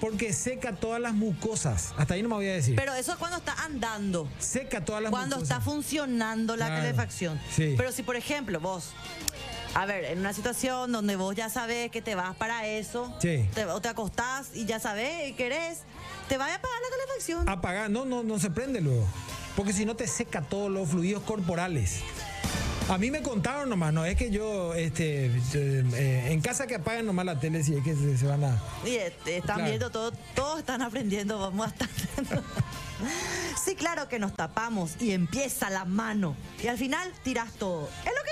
[SPEAKER 1] porque seca todas las mucosas. Hasta ahí no me voy a decir.
[SPEAKER 2] Pero eso es cuando está andando.
[SPEAKER 1] seca todas las
[SPEAKER 2] cuando
[SPEAKER 1] mucosas.
[SPEAKER 2] está funcionando la
[SPEAKER 1] Claro,
[SPEAKER 2] calefacción.
[SPEAKER 1] sí.
[SPEAKER 2] Pero si, por ejemplo, vos, a ver, en una situación donde vos ya sabés que te vas para eso,
[SPEAKER 1] Sí.
[SPEAKER 2] te- o te acostás y ya sabés y querés, te va a apagar la calefacción.
[SPEAKER 1] Apagar. No, no, no se prende luego. Porque si no te seca todos los fluidos corporales. A mí me contaron nomás, no es que yo, este, eh, eh, en casa que apaguen nomás la tele si es que se, se van a...
[SPEAKER 2] Y eh, están
[SPEAKER 1] Claro.
[SPEAKER 2] viendo todo, todos están aprendiendo, vamos a estar. sí, claro que nos tapamos y empieza la mano. Y al final tiras todo. Es lo que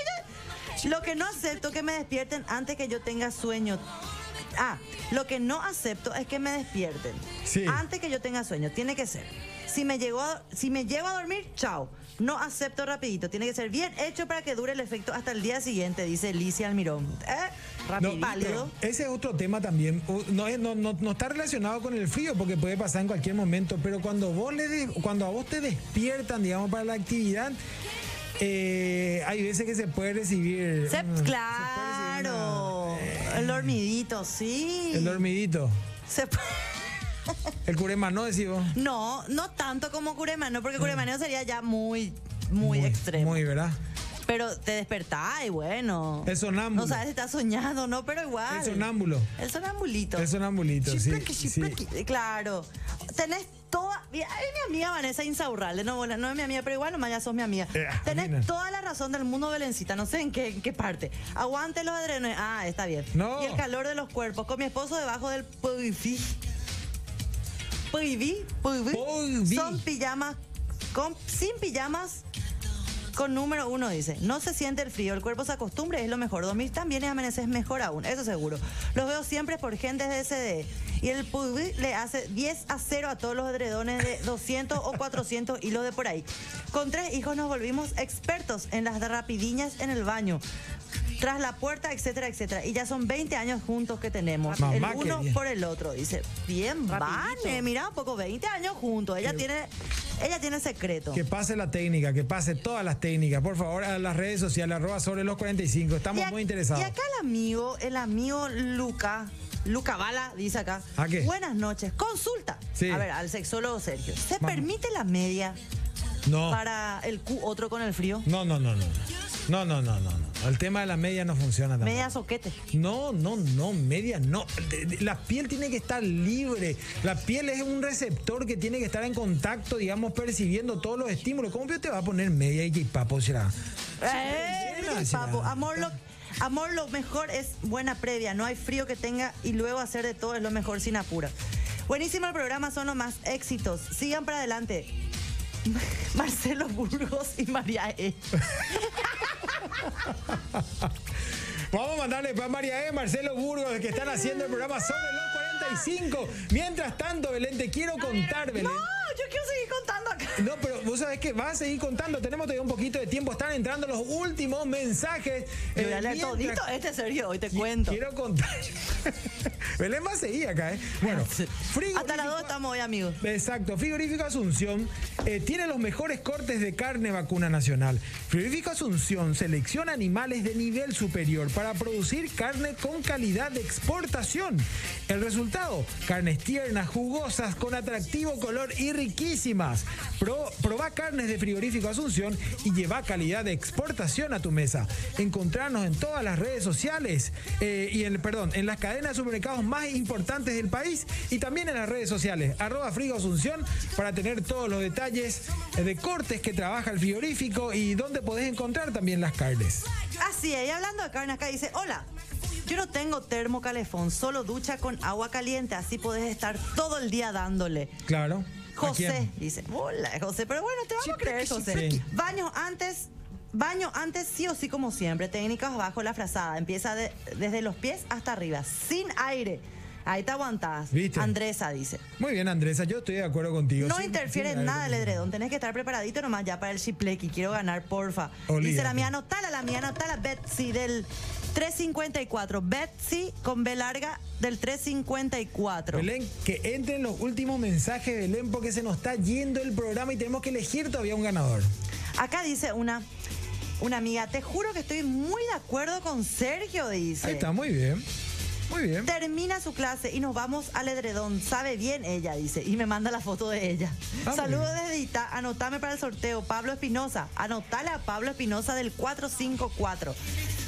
[SPEAKER 2] yo. Lo que no acepto que me despierten antes que yo tenga sueño. Ah, lo que no acepto es que me despierten.
[SPEAKER 1] Sí.
[SPEAKER 2] Antes que yo tenga sueño, tiene que ser. Si me, llegó a- si me llevo a dormir, chao. No acepto rapidito. Tiene que ser bien hecho para que dure el efecto hasta el día siguiente, dice Alicia Almirón. ¿Eh? Rápido.
[SPEAKER 1] No, ese es otro tema también. Uh, No, es- no, no- no está relacionado con el frío porque puede pasar en cualquier momento, pero cuando, vos le de- cuando a vos te despiertan, digamos, para la actividad, eh, hay veces que se puede recibir...
[SPEAKER 2] Se-
[SPEAKER 1] mm, se puede recibir una-
[SPEAKER 2] claro. El dormidito, sí.
[SPEAKER 1] el dormidito.
[SPEAKER 2] Se pu-
[SPEAKER 1] El curema no, decís vos.
[SPEAKER 2] no, no tanto como curemano, porque curemaneo sería ya muy, muy, extremo.
[SPEAKER 1] Muy, ¿verdad?
[SPEAKER 2] Pero te despertás y bueno.
[SPEAKER 1] El sonámbulo.
[SPEAKER 2] No sabes si estás soñado, ¿no? Pero igual.
[SPEAKER 1] El sonámbulo.
[SPEAKER 2] El sonambulito.
[SPEAKER 1] Es sonambulito, sí.
[SPEAKER 2] Chiplaqui,
[SPEAKER 1] sí.
[SPEAKER 2] chiplaqui. Eh, Claro. Tenés toda. Mira, ay, mi amiga Vanessa Insaurralde. No, bueno, no es mi amiga, pero igual nomás ya sos mi amiga.
[SPEAKER 1] Eh,
[SPEAKER 2] Tenés
[SPEAKER 1] Alina.
[SPEAKER 2] toda la razón del mundo, Belencita. No sé en qué, en qué parte. Aguante los adrenos. Ah, está bien.
[SPEAKER 1] No.
[SPEAKER 2] Y el calor de los cuerpos. Con mi esposo debajo del puiví. Puiví, puiví.
[SPEAKER 1] Puiví.
[SPEAKER 2] Son pijamas. Con, sin pijamas. Con número uno dice, no se siente el frío, el cuerpo se acostumbra y es lo mejor. Dormir también y amanecer es mejor aún, eso seguro. Los veo siempre por gente de SD. Y el PUBG le hace 10 a 0 a todos los edredones de 200 o 400 hilos de por ahí. Con tres hijos nos volvimos expertos en las rapidiñas en el baño. Tras la puerta, etcétera, etcétera. Y ya son 20 años juntos que tenemos.
[SPEAKER 1] Mamá,
[SPEAKER 2] el
[SPEAKER 1] qué
[SPEAKER 2] uno
[SPEAKER 1] bien.
[SPEAKER 2] por el otro. Dice, bien, Vane, mira, un poco 20 años juntos. Ella tiene, ella tiene secreto.
[SPEAKER 1] Que pase la técnica, que pase todas las técnicas. Por favor, a las redes sociales, arroba sobre los 45. Estamos
[SPEAKER 2] Y ac-
[SPEAKER 1] muy interesados.
[SPEAKER 2] Y acá el amigo, el amigo Luca, Luca Bala, dice acá.
[SPEAKER 1] ¿A qué?
[SPEAKER 2] Buenas noches. Consulta.
[SPEAKER 1] Sí.
[SPEAKER 2] A ver, al sexólogo Sergio. ¿Se
[SPEAKER 1] Vamos. Oh.
[SPEAKER 2] permite la media
[SPEAKER 1] No.
[SPEAKER 2] para el cu otro con el frío?
[SPEAKER 1] No, no, no, no. No, no, no, no, no. El tema de la media no funciona tampoco.
[SPEAKER 2] Media soquete.
[SPEAKER 1] No, no, no, media no. De- de- La piel tiene que estar libre. La piel es un receptor que tiene que estar en contacto, digamos, percibiendo todos los estímulos. ¿Cómo que te va a poner media y que papo será?
[SPEAKER 2] Eh,
[SPEAKER 1] sí,
[SPEAKER 2] mira,
[SPEAKER 1] sí,
[SPEAKER 2] papo,
[SPEAKER 1] sí.
[SPEAKER 2] amor lo, amor lo mejor es buena previa, no hay frío que tenga y luego hacer de todo es lo mejor sin apuro. Buenísimo el programa, son los más éxitos. Sigan para adelante. Marcelo Burgos y María E.
[SPEAKER 1] Vamos a mandarle para María E, Marcelo Burgos, que están haciendo el programa sobre los 45. Mientras tanto, Belén, te quiero contar, Belén.
[SPEAKER 2] No, yo quiero seguir contando acá.
[SPEAKER 1] No, pero vos sabés que vas a seguir contando. Tenemos todavía un poquito de tiempo. Están entrando los últimos mensajes.
[SPEAKER 2] Yo
[SPEAKER 1] Eh,
[SPEAKER 2] voy a leer
[SPEAKER 1] mientras-
[SPEAKER 2] todito, este serio, hoy te
[SPEAKER 1] Qui-
[SPEAKER 2] cuento.
[SPEAKER 1] Quiero contar. Belén va a seguir acá, ¿eh? Bueno, frigorífico.
[SPEAKER 2] Hasta las dos estamos hoy, amigos.
[SPEAKER 1] Exacto, Frigorífico Asunción eh, tiene los mejores cortes de carne vacuna nacional. Frigorífico Asunción selecciona animales de nivel superior para producir carne con calidad de exportación. El resultado, carnes tiernas, jugosas, con atractivo color y riquísimas. Pro, probá carnes de Frigorífico Asunción y lleva calidad de exportación a tu mesa. Encontrarnos en todas las redes sociales eh, y en, perdón, en las cadenas de supermercados más importantes del país y también en las redes sociales. Arroba Frigo Asunción para tener todos los detalles eh, de cortes que trabaja el frigorífico y donde podés encontrar también las carnes.
[SPEAKER 2] Así es, y Ah, hablando de carne acá dice, hola, yo no tengo termocalefón, solo ducha con agua caliente, así podés estar todo el día dándole.
[SPEAKER 1] Claro. ¿A
[SPEAKER 2] José,
[SPEAKER 1] quién?
[SPEAKER 2] dice, hola José, pero bueno, te vamos a creer, José.
[SPEAKER 1] sí.
[SPEAKER 2] Baños antes, baño antes sí o sí como siempre, técnicas bajo la frazada, empieza de- desde los pies hasta arriba, sin aire. Ahí te aguantás.
[SPEAKER 1] ¿Viste?
[SPEAKER 2] Andresa dice.
[SPEAKER 1] Muy bien, Andresa, yo estoy de acuerdo contigo.
[SPEAKER 2] No
[SPEAKER 1] Sí,
[SPEAKER 2] interfiere
[SPEAKER 1] sí,
[SPEAKER 2] en
[SPEAKER 1] a
[SPEAKER 2] nada
[SPEAKER 1] ver,
[SPEAKER 2] el edredón. Tenés que estar preparadito nomás ya para el chiplequi. Quiero ganar, porfa. Dice
[SPEAKER 1] Olvídate.
[SPEAKER 2] la mía, anotala, la mía, anotala. Betsy del 354. Betsy con B larga del 354.
[SPEAKER 1] Belén, que entren los últimos mensajes, Belén, porque se nos está yendo el programa y tenemos que elegir todavía un ganador.
[SPEAKER 2] Acá dice una, una amiga, te juro que estoy muy de acuerdo con Sergio, dice.
[SPEAKER 1] Ahí está, muy bien. Muy bien.
[SPEAKER 2] Termina su clase y nos vamos al edredón. Sabe bien ella, dice. Y me manda la foto de ella.
[SPEAKER 1] Ah,
[SPEAKER 2] Saludos desde Ita. Anotame para el sorteo. Pablo Espinosa. Anotale a Pablo Espinosa del 454.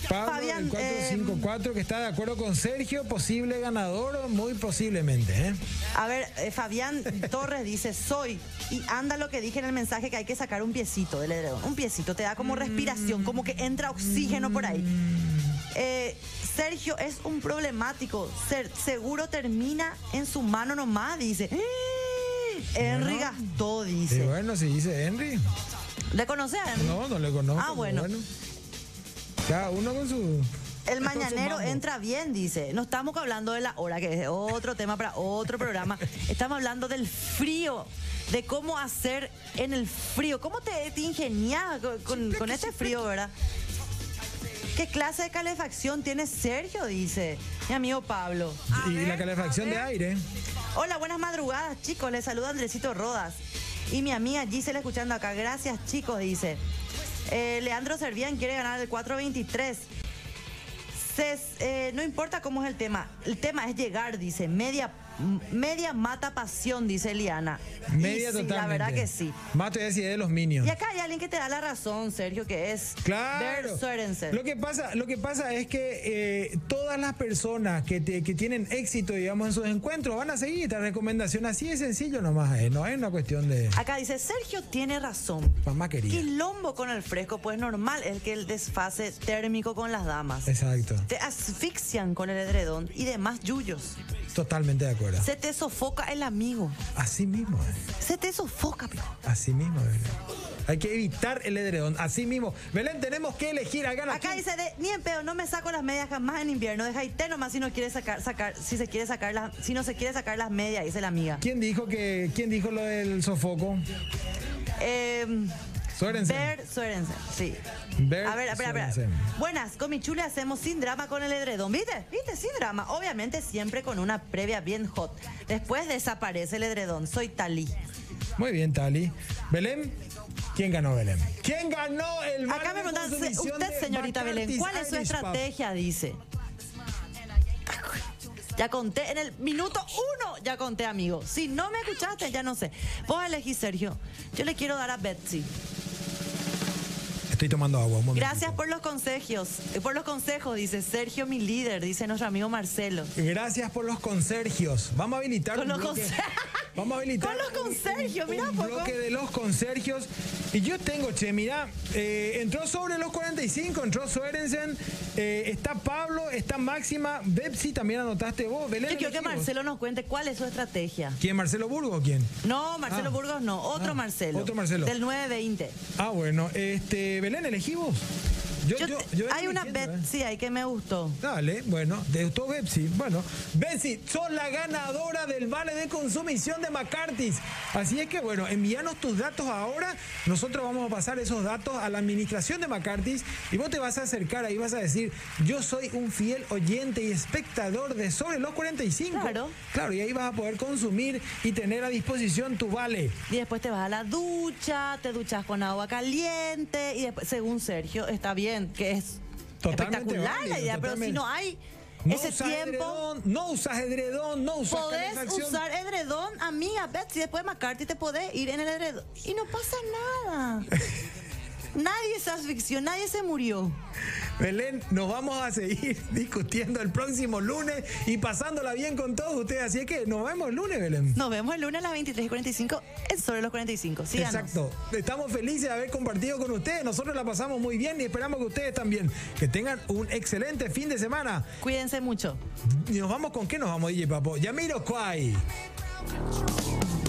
[SPEAKER 1] Pablo
[SPEAKER 2] Fabián, eh,
[SPEAKER 1] del 454 que está de acuerdo con Sergio, posible ganador, muy posiblemente. ¿eh?
[SPEAKER 2] A ver, eh, Fabián Torres dice, soy. Y anda lo que dije en el mensaje que hay que sacar un piecito del edredón. Un piecito, te da como respiración, como que entra oxígeno por ahí. Eh, Sergio es un problemático. Ser- seguro termina en su mano nomás, dice. Henry Gastó,
[SPEAKER 1] Y
[SPEAKER 2] dice.
[SPEAKER 1] bueno, si dice Henry,
[SPEAKER 2] ¿Le conoces a Henry?
[SPEAKER 1] no, no le conozco.
[SPEAKER 2] Ah,
[SPEAKER 1] pero
[SPEAKER 2] bueno.
[SPEAKER 1] Cada uno con su. con
[SPEAKER 2] El
[SPEAKER 1] su
[SPEAKER 2] mañanero
[SPEAKER 1] mambo.
[SPEAKER 2] entra bien, dice. No estamos hablando de la hora, que es otro tema para otro programa. Estamos hablando del frío, de cómo hacer en el frío. ¿Cómo te, te ingenias con, con- con este frío, verdad? ¿Qué clase de calefacción tiene Sergio? Dice mi amigo Pablo.
[SPEAKER 1] Y la calefacción de aire.
[SPEAKER 2] Hola, buenas madrugadas, chicos. Les saluda Andresito Rodas. Y mi amiga Gisela escuchando acá. Gracias, chicos, dice. Eh, Leandro Servián quiere ganar el 423. Ces- eh, no importa cómo es el tema. El tema es llegar, dice. Media, m- media mata pasión, dice Liana. Y
[SPEAKER 1] Media
[SPEAKER 2] sí,
[SPEAKER 1] totalmente.
[SPEAKER 2] La verdad que sí.
[SPEAKER 1] Más todavía si es de los minions.
[SPEAKER 2] Y acá hay alguien que te da la razón, Sergio, que es Bert
[SPEAKER 1] Claro.
[SPEAKER 2] Sorensen.
[SPEAKER 1] Lo que pasa, lo que pasa es que eh, todas las personas que, te- que tienen éxito, digamos, en sus encuentros, van a seguir esta recomendación. Así de sencillo nomás, eh, no es una cuestión de
[SPEAKER 2] Acá dice, Sergio tiene razón.
[SPEAKER 1] mamá querida.
[SPEAKER 2] Quilombo con el fresco, pues normal es que el desfase térmico con las damas.
[SPEAKER 1] Exacto.
[SPEAKER 2] Te asfixian con el edredón y demás yuyos.
[SPEAKER 1] Totalmente de acuerdo.
[SPEAKER 2] Se te sofoca el amigo.
[SPEAKER 1] Así mismo, eh.
[SPEAKER 2] Se te sofoca, pero.
[SPEAKER 1] así mismo, Belén. Hay que evitar el edredón, así mismo. Belén, tenemos que elegir acá. la-
[SPEAKER 2] Acá dice de, ni en pedo, no me saco las medias jamás en invierno. Deja IT nomás si no quiere sacar, sacar, si se quiere sacar las, si no se quiere sacar las medias, dice la amiga.
[SPEAKER 1] ¿Quién dijo que quién dijo lo del sofoco?
[SPEAKER 2] Eh,
[SPEAKER 1] Sorensen.
[SPEAKER 2] Ver Sorensen, sí.
[SPEAKER 1] Ver
[SPEAKER 2] a ver, espera, espera.
[SPEAKER 1] Sorensen.
[SPEAKER 2] Buenas, con mi chule hacemos sin drama con el edredón. ¿Viste? ¿Viste? Sin drama. Obviamente siempre con una previa bien hot. Después desaparece el edredón. Soy Talí.
[SPEAKER 1] Muy bien, Tali. Belén, ¿quién ganó Belén? ¿Quién ganó el
[SPEAKER 2] Acá me
[SPEAKER 1] Barnum
[SPEAKER 2] preguntan,
[SPEAKER 1] con su
[SPEAKER 2] se-
[SPEAKER 1] misión
[SPEAKER 2] usted
[SPEAKER 1] de
[SPEAKER 2] señorita
[SPEAKER 1] Bacardi's
[SPEAKER 2] Belén, ¿cuál es su
[SPEAKER 1] Irish Pub?
[SPEAKER 2] estrategia? Dice. Ya conté en el minuto uno, ya conté, amigo. Si no me escuchaste, ya no sé. Vos elegís, Sergio. Yo le quiero dar a Betsy.
[SPEAKER 1] Estoy tomando agua. Un momentito.
[SPEAKER 2] Gracias por los consejos. eh, Por los consejos, dice Sergio, mi líder, dice nuestro amigo Marcelo.
[SPEAKER 1] Gracias por los consergios. Vamos a habilitar.
[SPEAKER 2] Con
[SPEAKER 1] un
[SPEAKER 2] los
[SPEAKER 1] bloque-
[SPEAKER 2] conser-
[SPEAKER 1] Vamos a habilitar.
[SPEAKER 2] Con los
[SPEAKER 1] un- un-
[SPEAKER 2] consergios, mirá,
[SPEAKER 1] Un
[SPEAKER 2] poco.
[SPEAKER 1] bloque de los consergios. Y yo tengo, che, mirá, eh, entró sobre los 45, entró Sorensen, eh, está Pablo, está Máxima, Bepsi también anotaste vos, Belén.
[SPEAKER 2] Yo quiero que
[SPEAKER 1] elegimos.
[SPEAKER 2] Marcelo nos cuente cuál es su estrategia.
[SPEAKER 1] ¿Quién, Marcelo Burgo o quién?
[SPEAKER 2] No, Marcelo
[SPEAKER 1] Ah.
[SPEAKER 2] Burgos no, otro
[SPEAKER 1] Ah,
[SPEAKER 2] Marcelo.
[SPEAKER 1] otro Marcelo.
[SPEAKER 2] Del 920.
[SPEAKER 1] Ah, bueno, este, Belén, elegí vos.
[SPEAKER 2] Yo te- hay una bet,
[SPEAKER 1] Bepsi.
[SPEAKER 2] sí, hay que me gustó.
[SPEAKER 1] Dale, bueno, te gustó Bepsi. Bueno, Bepsi, sos la ganadora del vale de consumición de McCarthy's. Así es que, bueno, envíanos tus datos ahora. Nosotros vamos a pasar esos datos a la administración de McCarthy's y vos te vas a acercar ahí, vas a decir, yo soy un fiel oyente y espectador de Sobre los 45.
[SPEAKER 2] Claro.
[SPEAKER 1] Claro, y ahí vas a poder consumir y tener a disposición tu vale.
[SPEAKER 2] Y después te vas a la ducha, te duchas con agua caliente y después, según Sergio, está bien, que es
[SPEAKER 1] Totalmente
[SPEAKER 2] espectacular la
[SPEAKER 1] válido,
[SPEAKER 2] idea, pero si
[SPEAKER 1] totalmente.
[SPEAKER 2] no hay
[SPEAKER 1] No
[SPEAKER 2] ese
[SPEAKER 1] usas
[SPEAKER 2] tiempo,
[SPEAKER 1] edredón, no usas edredón, no usas
[SPEAKER 2] podés
[SPEAKER 1] calefacción.
[SPEAKER 2] usar edredón, amiga, Betsy, después Macarty te podés ir en el edredón y no pasa nada. nadie se asfixió, nadie se murió.
[SPEAKER 1] Belén, nos vamos a seguir discutiendo el próximo lunes y pasándola bien con todos ustedes. Así es que nos vemos el lunes, Belén.
[SPEAKER 2] Nos vemos el lunes a las 23.45 en Sobre los 45. Síganos.
[SPEAKER 1] Exacto. Estamos felices de haber compartido con ustedes. Nosotros la pasamos muy bien y esperamos que ustedes también. Que tengan un excelente fin de semana.
[SPEAKER 2] Cuídense mucho.
[SPEAKER 1] ¿Y nos vamos con qué nos vamos, DJ Papo? Yamiro Kwai.
[SPEAKER 6] control.